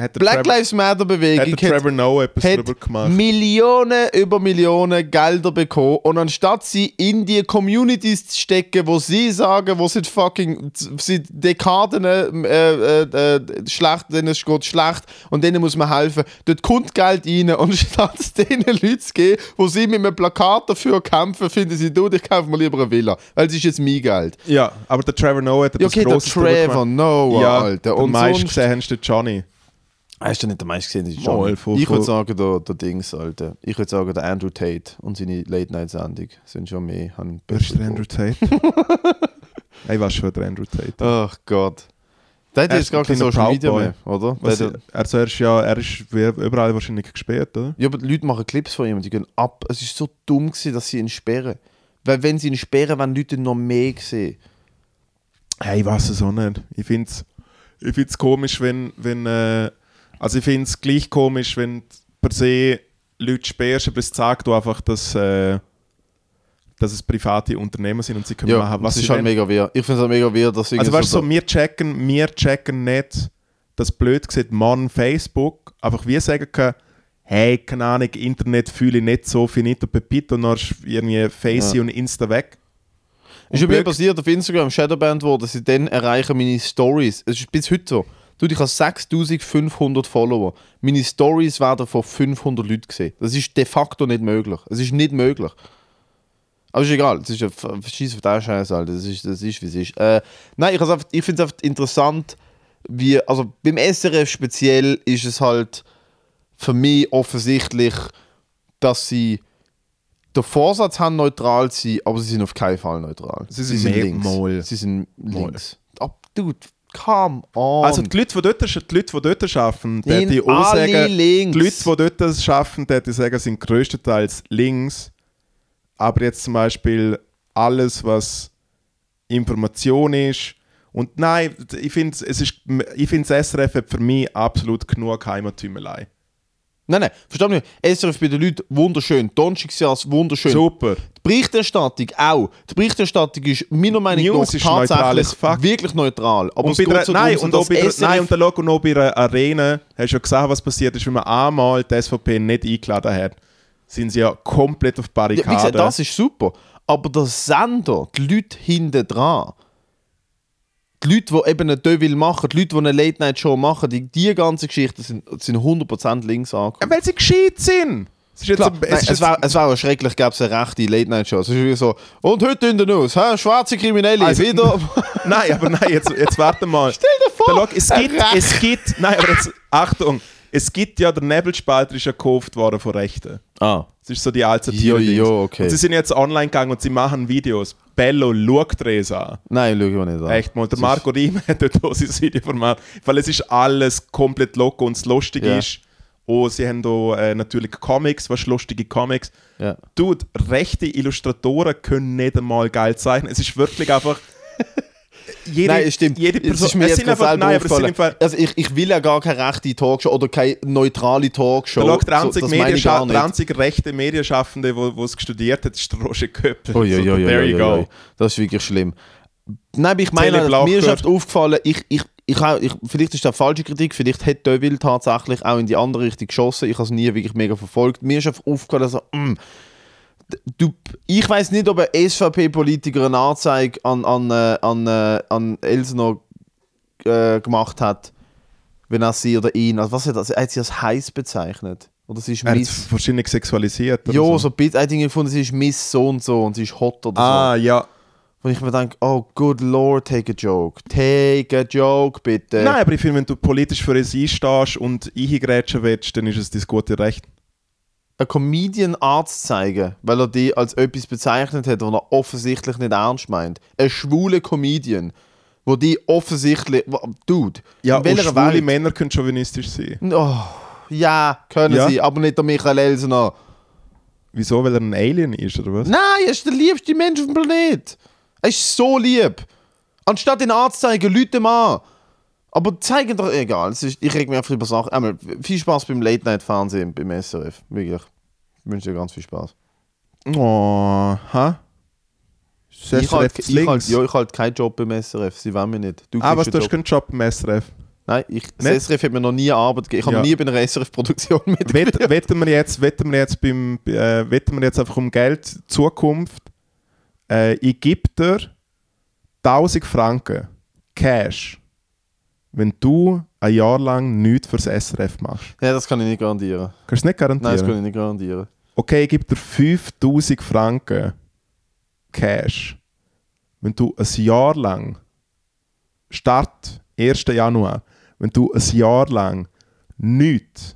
[SPEAKER 3] Hat der
[SPEAKER 2] Black
[SPEAKER 3] Trevor,
[SPEAKER 2] Lives Matter
[SPEAKER 3] hat
[SPEAKER 2] Bewegung
[SPEAKER 3] der Trevor Noah etwas drüber
[SPEAKER 2] hat
[SPEAKER 3] gemacht?
[SPEAKER 2] Millionen über Millionen Gelder bekommen und anstatt sie in die Communities zu stecken, wo sie sagen, wo seit fucking seit Dekaden äh, äh, äh, schlecht, denen es geht schlecht und denen muss man helfen, dort kommt Geld rein und statt es denen Leuten zu geben, wo sie mit einem Plakat dafür kämpfen, finden sie, du, ich kaufe mir lieber eine Villa, weil es ist jetzt mein Geld.
[SPEAKER 3] Ja, aber der Trevor Noah hat
[SPEAKER 2] Ja,
[SPEAKER 3] etwas
[SPEAKER 2] okay, der
[SPEAKER 3] Grosses drüber
[SPEAKER 2] Trevor
[SPEAKER 3] gemacht.
[SPEAKER 2] Noah,
[SPEAKER 3] ja,
[SPEAKER 2] Alter.
[SPEAKER 3] Und
[SPEAKER 2] Und
[SPEAKER 3] meist
[SPEAKER 2] sonst-
[SPEAKER 3] gesehen hast du den Johnny.
[SPEAKER 2] Hast du nicht den meisten gesehen? Das ist
[SPEAKER 3] Mal,
[SPEAKER 2] Johnny.
[SPEAKER 3] von-
[SPEAKER 2] ich
[SPEAKER 3] von-
[SPEAKER 2] würde sagen, der, der Dings, Alter. Ich würde sagen, der Andrew Tate und seine Late-Night-Sendung sind schon mehr. Haben
[SPEAKER 3] Wer ist der Andrew Tate? ich weiß schon, wer der Andrew Tate ist.
[SPEAKER 2] Ach Gott. Der hat
[SPEAKER 3] Er
[SPEAKER 2] jetzt
[SPEAKER 3] ist
[SPEAKER 2] gar
[SPEAKER 3] ein
[SPEAKER 2] kein
[SPEAKER 3] kleiner
[SPEAKER 2] Social
[SPEAKER 3] Proud
[SPEAKER 2] Media
[SPEAKER 3] Boy.
[SPEAKER 2] mehr, oder? Der
[SPEAKER 3] Was,
[SPEAKER 2] hat,
[SPEAKER 3] also er ist ja, er ist wie überall wahrscheinlich gesperrt, oder?
[SPEAKER 2] ja, aber die Leute machen Clips von ihm und die gehen ab. Es ist so dumm, gewesen, dass sie ihn sperren. Weil, wenn sie ihn sperren, werden Leute noch mehr sehen.
[SPEAKER 3] Hey, ich weiß es auch nicht. Ich finde es ich find's komisch, wenn. wenn äh, also, ich finde es gleich komisch, wenn du per se Leute sperrst, aber es zeigt du einfach, dass, äh, dass es private Unternehmen sind und sie können
[SPEAKER 2] Ja,
[SPEAKER 3] machen, was
[SPEAKER 2] das
[SPEAKER 3] sie
[SPEAKER 2] ist
[SPEAKER 3] wollen.
[SPEAKER 2] halt mega weird. Ich finde es halt mega weird, dass
[SPEAKER 3] Also,
[SPEAKER 2] irgendwie
[SPEAKER 3] weißt du, so, wir, checken, wir checken nicht, dass blöd gesagt, Mann, Facebook, einfach wir sagen können, hey, keine Ahnung, Internet fühle ich nicht so, finito pepito, und dann ist irgendwie Facey und Insta weg.
[SPEAKER 2] Ist ja mir passiert auf Instagram, Shadowband wurde, sie dann erreichen meine Stories. Es ist bis heute so. Du, ich habe 6500 Follower. Meine Stories werden von 500 Leuten gesehen. Das ist de facto nicht möglich. Es ist nicht möglich. Aber ist egal, es ist ein Scheiß auf den Scheiß, Alter. Das ist, das ist wie es ist. Äh, nein, ich, has einfach- ich finde es einfach interessant, wie. Also beim SRF speziell ist es halt für mich offensichtlich dass sie den Vorsatz haben, neutral zu sein, aber sie sind auf keinen Fall neutral.
[SPEAKER 3] Sie sind mehr Moll.
[SPEAKER 2] Sie sind links. Oh, dude, come on.
[SPEAKER 3] Also die Leute, die dort, sch- die Leute, die dort arbeiten, die,
[SPEAKER 2] Sind
[SPEAKER 3] die auch
[SPEAKER 2] alle
[SPEAKER 3] sagen,
[SPEAKER 2] links.
[SPEAKER 3] die Leute, die dort arbeiten, die, die sagen, sind größtenteils links. Aber jetzt zum Beispiel alles, was Information ist. Und nein, ich finde, es ist, ich finde, das SRF hat für mich absolut genug Heimattümelei.
[SPEAKER 2] nein, nein, verstehe mich nicht. SRF bei den Leuten wunderschön. Donnerstagsjahr wunderschön.
[SPEAKER 3] Super.
[SPEAKER 2] Die Berichterstattung auch. Die Berichterstattung ist meiner Meinung
[SPEAKER 3] News
[SPEAKER 2] nach
[SPEAKER 3] ist neutral as fuck.
[SPEAKER 2] tatsächlich wirklich neutral. Aber
[SPEAKER 3] Und
[SPEAKER 2] es
[SPEAKER 3] bei
[SPEAKER 2] geht
[SPEAKER 3] der,
[SPEAKER 2] so
[SPEAKER 3] nein,
[SPEAKER 2] darum,
[SPEAKER 3] und auch
[SPEAKER 2] dass
[SPEAKER 3] bei der,
[SPEAKER 2] SRF
[SPEAKER 3] nein, und der Logo noch bei der Arena, hast du ja gesehen, was passiert ist, wenn man einmal die SVP nicht eingeladen hat, sind sie ja komplett auf
[SPEAKER 2] Ja,
[SPEAKER 3] Barrikaden.
[SPEAKER 2] wie gesagt, das ist super. Aber der Sender, die Leute hinten dran, die Leute, die eben einen Devil machen, die Leute, die eine Late-Night-Show machen, die, die ganze Geschichte sind, sind 100% links angekommen.
[SPEAKER 3] Ja, weil sie gescheit sind. Es ist jetzt,
[SPEAKER 2] Klar,
[SPEAKER 3] ein-
[SPEAKER 2] nein,
[SPEAKER 3] es ist
[SPEAKER 2] es
[SPEAKER 3] jetzt
[SPEAKER 2] wäre es wär schrecklich, gäbe es eine rechte Late-Night-Show. Es ist wie so, und heute in der News, hä, schwarze Kriminelle,
[SPEAKER 3] Also-
[SPEAKER 2] wieder.
[SPEAKER 3] nein, aber nein, jetzt, jetzt warte mal. Stell
[SPEAKER 2] dir vor,
[SPEAKER 3] es
[SPEAKER 2] ein
[SPEAKER 3] gibt,
[SPEAKER 2] Rech-
[SPEAKER 3] es gibt, nein, aber jetzt, Achtung, es gibt ja, der Nebelspalter ist ja gekauft worden von Rechten.
[SPEAKER 2] ah,
[SPEAKER 3] Das ist so die alte
[SPEAKER 2] Jo, jo, okay.
[SPEAKER 3] Und sie sind jetzt online gegangen und sie machen Videos. Bello, schau dir das an.
[SPEAKER 2] nein, schau ich mir nicht an.
[SPEAKER 3] Echt mal, der Marco Riem hat dort auch sein Videoformat. Weil es ist alles komplett locker und das Lustige
[SPEAKER 2] Ja.
[SPEAKER 3] ist. Oh, sie haben da äh, natürlich Comics, was lustige Comics.
[SPEAKER 2] Ja.
[SPEAKER 3] Dude, rechte Illustratoren können nicht einmal geil zeichnen. Es ist wirklich einfach. Jede,
[SPEAKER 2] Nein, es stimmt.
[SPEAKER 3] Jede
[SPEAKER 2] Es
[SPEAKER 3] Person,
[SPEAKER 2] ist mir
[SPEAKER 3] es sind
[SPEAKER 2] jetzt gerade
[SPEAKER 3] einfach, nein, aber
[SPEAKER 2] selber
[SPEAKER 3] es sind im Fall.
[SPEAKER 2] aufgefallen. Also ich, ich will ja gar keine rechte Talkshow oder keine neutrale Talkshow.
[SPEAKER 3] Da schaut der
[SPEAKER 2] So,
[SPEAKER 3] einzige,
[SPEAKER 2] das meine ich gar
[SPEAKER 3] Medienscha-
[SPEAKER 2] nicht.
[SPEAKER 3] der einzige rechte Medienschaffende, der es studiert hat, ist der Roger Köppel.
[SPEAKER 2] Oh, ja,
[SPEAKER 3] So,
[SPEAKER 2] ja, ja,
[SPEAKER 3] there you
[SPEAKER 2] ja,
[SPEAKER 3] go.
[SPEAKER 2] ja. Das ist wirklich schlimm. Nein, aber ich meine,
[SPEAKER 3] Zelle Blauch
[SPEAKER 2] mir ist
[SPEAKER 3] gehört.
[SPEAKER 2] oft aufgefallen, ich, ich, ich, hab- ich, vielleicht ist das falsche Kritik, vielleicht hat Deville tatsächlich auch in die andere Richtung geschossen. Ich habe es nie wirklich mega verfolgt. Mir ist einfach aufgefallen, also, mm, d- du, ich weiß nicht, ob ein SVP-Politiker eine Anzeige an, an, äh, an, äh, an Elsenor äh, gemacht hat, wenn er sie oder ihn, also was hat, er- hat sie als heiß bezeichnet? Oder sie ist
[SPEAKER 3] Er hat es
[SPEAKER 2] Miss.
[SPEAKER 3] verschiedene sexualisiert. oder
[SPEAKER 2] Ja, so ein bisschen, er hat irgendwie gefunden, sie ist Miss so und so und sie ist hot oder so.
[SPEAKER 3] Ah, ja.
[SPEAKER 2] Wo ich mir denke, oh good lord, take a joke. Take a joke, bitte.
[SPEAKER 3] Nein, aber ich finde, wenn du politisch für es einstehst und eingrätschen willst, dann ist es dein gute Recht.
[SPEAKER 2] Ein Comedian Arzt zeigen, weil er die als etwas bezeichnet hat, was er offensichtlich nicht ernst meint. Ein schwuler Comedian, wo die offensichtlich. wa- Dude,
[SPEAKER 3] Ja,
[SPEAKER 2] in
[SPEAKER 3] und
[SPEAKER 2] welcher
[SPEAKER 3] schwule
[SPEAKER 2] Welt?
[SPEAKER 3] Männer können chauvinistisch sein.
[SPEAKER 2] Oh, ja, können
[SPEAKER 3] Ja.
[SPEAKER 2] sie, aber nicht der Michael Elsener.
[SPEAKER 3] Wieso? Weil er ein Alien ist, oder was?
[SPEAKER 2] Nein, er ist der liebste Mensch auf dem Planet. Er ist so lieb. Anstatt ihn anzuzeigen, Leute ihm an. Aber zeigen doch, egal, es ist, ich reg mich einfach über Sachen. Einmal, viel Spaß beim Late-Night-Fernsehen beim SRF. Wirklich. Ich wünsche dir ganz viel Spaß.
[SPEAKER 3] Oh, ha? Das
[SPEAKER 2] ich halt,
[SPEAKER 3] SRF
[SPEAKER 2] ich halt,
[SPEAKER 3] links.
[SPEAKER 2] ja, ich halt keinen Job beim SRF. Sie wollen mich nicht. Du
[SPEAKER 3] ah, was,
[SPEAKER 2] kriegst
[SPEAKER 3] du
[SPEAKER 2] einen
[SPEAKER 3] hast
[SPEAKER 2] Job.
[SPEAKER 3] keinen Job im SRF.
[SPEAKER 2] Nein, ich,
[SPEAKER 3] Nicht?
[SPEAKER 2] das SRF hat mir noch nie Arbeit gegeben. Ich habe
[SPEAKER 3] Ja.
[SPEAKER 2] nie bei einer SRF-Produktion mit.
[SPEAKER 3] Wett, wetten, wir jetzt, wetten, wir jetzt beim, äh, wetten wir jetzt einfach um Geld, Zukunft. Äh, ich gebe dir 1000 Franken Cash, wenn du ein Jahr lang nichts fürs SRF machst.
[SPEAKER 2] Nein, das kann ich nicht garantieren.
[SPEAKER 3] Kannst du nicht garantieren?
[SPEAKER 2] Nein, das kann ich nicht garantieren.
[SPEAKER 3] okay, ich gebe dir 5000 Franken Cash, wenn du ein Jahr lang, Start 1. Januar, wenn du ein Jahr lang nichts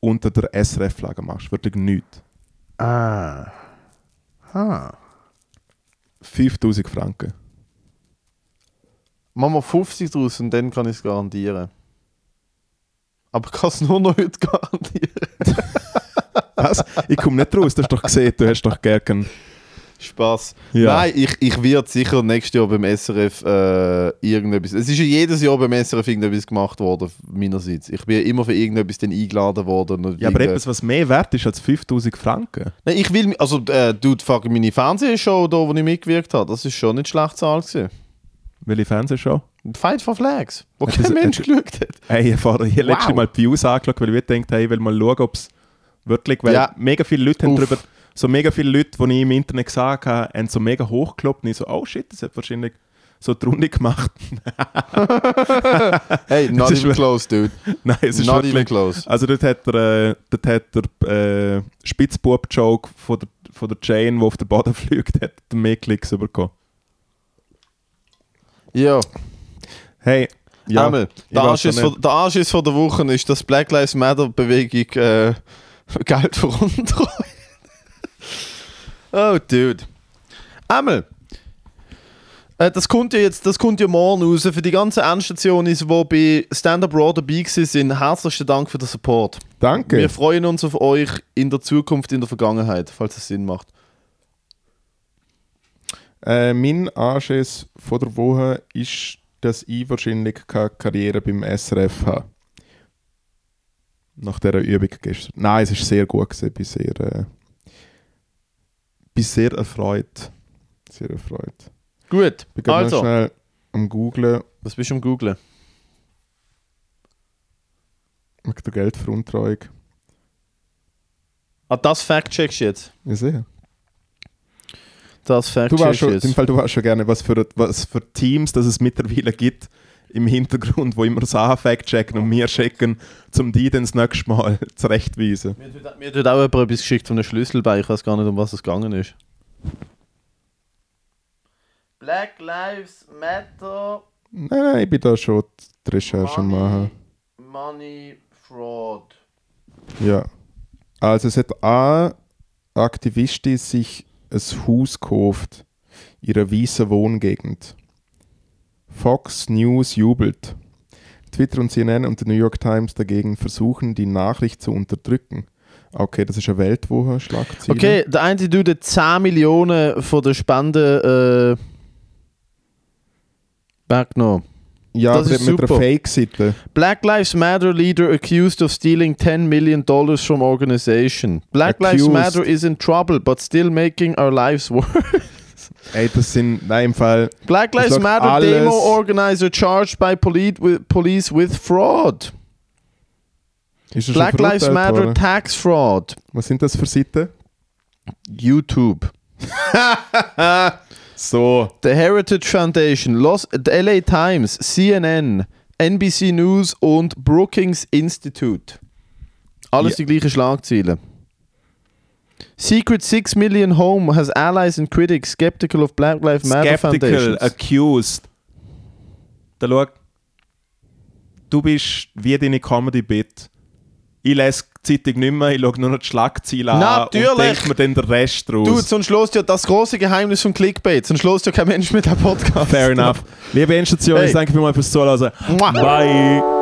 [SPEAKER 3] unter der SRF-Flagge machst, wirklich nichts.
[SPEAKER 4] Ah.
[SPEAKER 3] 5000 Franken.
[SPEAKER 2] Machen wir 50 draus und dann kann ich es garantieren. Aber ich kann es nur noch heute garantieren.
[SPEAKER 3] Was? Ich komme nicht raus, du hast doch gesehen, du hast doch gerne keinen-
[SPEAKER 2] Spaß.
[SPEAKER 3] Ja.
[SPEAKER 2] Nein, ich, ich werde sicher nächstes Jahr beim SRF äh, irgendetwas. Es ist ja jedes Jahr beim SRF irgendetwas gemacht worden, meinerseits. Ich bin ja immer für irgendetwas dann eingeladen worden. und
[SPEAKER 3] Ja, aber
[SPEAKER 2] irgend-
[SPEAKER 3] etwas, was mehr wert ist als 5000 Franken.
[SPEAKER 2] Nein, ich will. mi- Also, äh, dude, fuck, meine Fernsehshow, da, wo ich mitgewirkt habe, das ist schon nicht schlecht zahlt. gewesen.
[SPEAKER 3] Welche Fernsehshow?
[SPEAKER 2] Fight for Flags, wo
[SPEAKER 3] Hat
[SPEAKER 2] kein
[SPEAKER 3] das-
[SPEAKER 2] Mensch geschaut hat.
[SPEAKER 3] Hey, ich habe wow. letztes
[SPEAKER 2] Wow.
[SPEAKER 3] Mal die Views angeschaut, weil ich gedacht habe, ich will mal schauen, ob es wirklich, weil
[SPEAKER 2] Ja.
[SPEAKER 3] mega viele Leute haben
[SPEAKER 2] Uff.
[SPEAKER 3] darüber, so mega viele Leute, die ich im Internet gesagt habe, haben so mega hochgekloppt und ich so, oh shit, das hat wahrscheinlich so die Runde gemacht.
[SPEAKER 2] Hey, not
[SPEAKER 3] Das ist
[SPEAKER 2] even
[SPEAKER 3] wir-
[SPEAKER 2] close, dude.
[SPEAKER 3] Nein, es ist
[SPEAKER 2] Not even
[SPEAKER 3] wirklich...
[SPEAKER 2] close.
[SPEAKER 3] Also dort hat der, äh, dort hat der äh, Spitzbub-Joke von der, von der Jane, die auf den Boden fliegt, hat mehr Klicks bekommen.
[SPEAKER 2] Ja.
[SPEAKER 3] Hey,
[SPEAKER 2] Ja,
[SPEAKER 3] ich
[SPEAKER 2] der,
[SPEAKER 3] weiß
[SPEAKER 2] Anschiss
[SPEAKER 3] auch nicht.
[SPEAKER 2] von, der Anschiss von der Woche ist, dass Black Lives Matter Bewegung äh, Geld für Untreue. oh, dude. Einmal. Äh, das kommt ja jetzt, das kommt ja morgen raus. Für die ganzen Endstationen, die bei Stand Up Raw dabei waren, herzlichen Dank für den Support.
[SPEAKER 3] Danke.
[SPEAKER 2] Wir freuen uns auf euch in der Zukunft, in der Vergangenheit, falls es Sinn macht.
[SPEAKER 3] Äh, mein Anschiss von der Woche ist, dass ich wahrscheinlich keine Karriere beim SRF habe. Nach dieser Übung gestern. Nein, es war sehr gut. Gewesen. Bin sehr, äh, bin sehr erfreut. Sehr erfreut.
[SPEAKER 2] Gut,
[SPEAKER 3] Bin gerade noch
[SPEAKER 2] also,
[SPEAKER 3] schnell am Googlen
[SPEAKER 2] was bist du am Googlen?
[SPEAKER 3] wegen der Geldveruntreuung.
[SPEAKER 2] Ah, das fact-checkst du jetzt.
[SPEAKER 3] Ja, sehr.
[SPEAKER 2] Das
[SPEAKER 3] Du weißt
[SPEAKER 2] fact-checkst du
[SPEAKER 3] schon, im
[SPEAKER 2] jetzt.
[SPEAKER 3] Fall, du weißt schon gerne, was für, was für Teams dass es mittlerweile gibt im Hintergrund, wo immer Sachen fact-checken und mir checken, um die dann das nächste Mal zurechtweisen.
[SPEAKER 2] Mir tut, mir tut auch jemand etwas geschickt von einem Schlüsselbein, ich weiß gar nicht, um was es gegangen ist. Black Lives Matter
[SPEAKER 3] Nein, nein, ich bin da schon die Recherche machen.
[SPEAKER 2] Money Fraud.
[SPEAKER 3] Ja. Also es hat eine Aktivistin sich ein Haus gekauft in einer weißen Wohngegend. Fox News jubelt. Twitter und CNN und die New York Times dagegen versuchen, die Nachricht zu unterdrücken. Okay, das ist eine Weltwoche, Schlagzeile.
[SPEAKER 2] Okay, der eine Dude hat 10 Millionen von der Spende äh, weggenommen.
[SPEAKER 3] ja,
[SPEAKER 2] das
[SPEAKER 3] aber
[SPEAKER 2] ist
[SPEAKER 3] mit einer
[SPEAKER 2] super.
[SPEAKER 3] Fake-Seite.
[SPEAKER 2] Black Lives Matter leader accused of stealing 10 million dollars from organization. Black Lives
[SPEAKER 3] Accused.
[SPEAKER 2] Matter is in trouble, but still making our lives worse.
[SPEAKER 3] Ey, das sind, nein, im Fall,
[SPEAKER 2] Black
[SPEAKER 3] Das
[SPEAKER 2] Lives
[SPEAKER 3] sagt
[SPEAKER 2] Matter
[SPEAKER 3] alles.
[SPEAKER 2] demo organizer charged by poli with police with fraud.
[SPEAKER 3] ist das
[SPEAKER 2] Black
[SPEAKER 3] schon
[SPEAKER 2] Lives
[SPEAKER 3] verurteilt
[SPEAKER 2] Matter
[SPEAKER 3] worden?
[SPEAKER 2] tax fraud.
[SPEAKER 3] Was sind das für Seiten?
[SPEAKER 2] YouTube.
[SPEAKER 3] So.
[SPEAKER 2] The Heritage Foundation, Los the LA Times, CNN, NBC News und Brookings Institute. Alles die gleichen Schlagzeilen. Secret 6 Million Home has allies and critics skeptical of Black Lives Matter
[SPEAKER 3] Skeptical, äh,
[SPEAKER 2] Foundation.
[SPEAKER 3] accused. Da schau, du bist wie deine Comedy-Bit. Ich lese die Zeitung nicht mehr, ich schaue nur noch die Schlagzeile an
[SPEAKER 2] Natürlich.
[SPEAKER 3] und denke mir dann den Rest raus.
[SPEAKER 2] Du, sonst schloss ja das große Geheimnis von Clickbait. Sonst schloss ja kein Mensch mit dem Podcast.
[SPEAKER 3] Fair enough. Liebe Endstation,
[SPEAKER 2] Hey.
[SPEAKER 3] ich danke vielmals fürs Zuhören.
[SPEAKER 2] Mua.
[SPEAKER 3] Bye.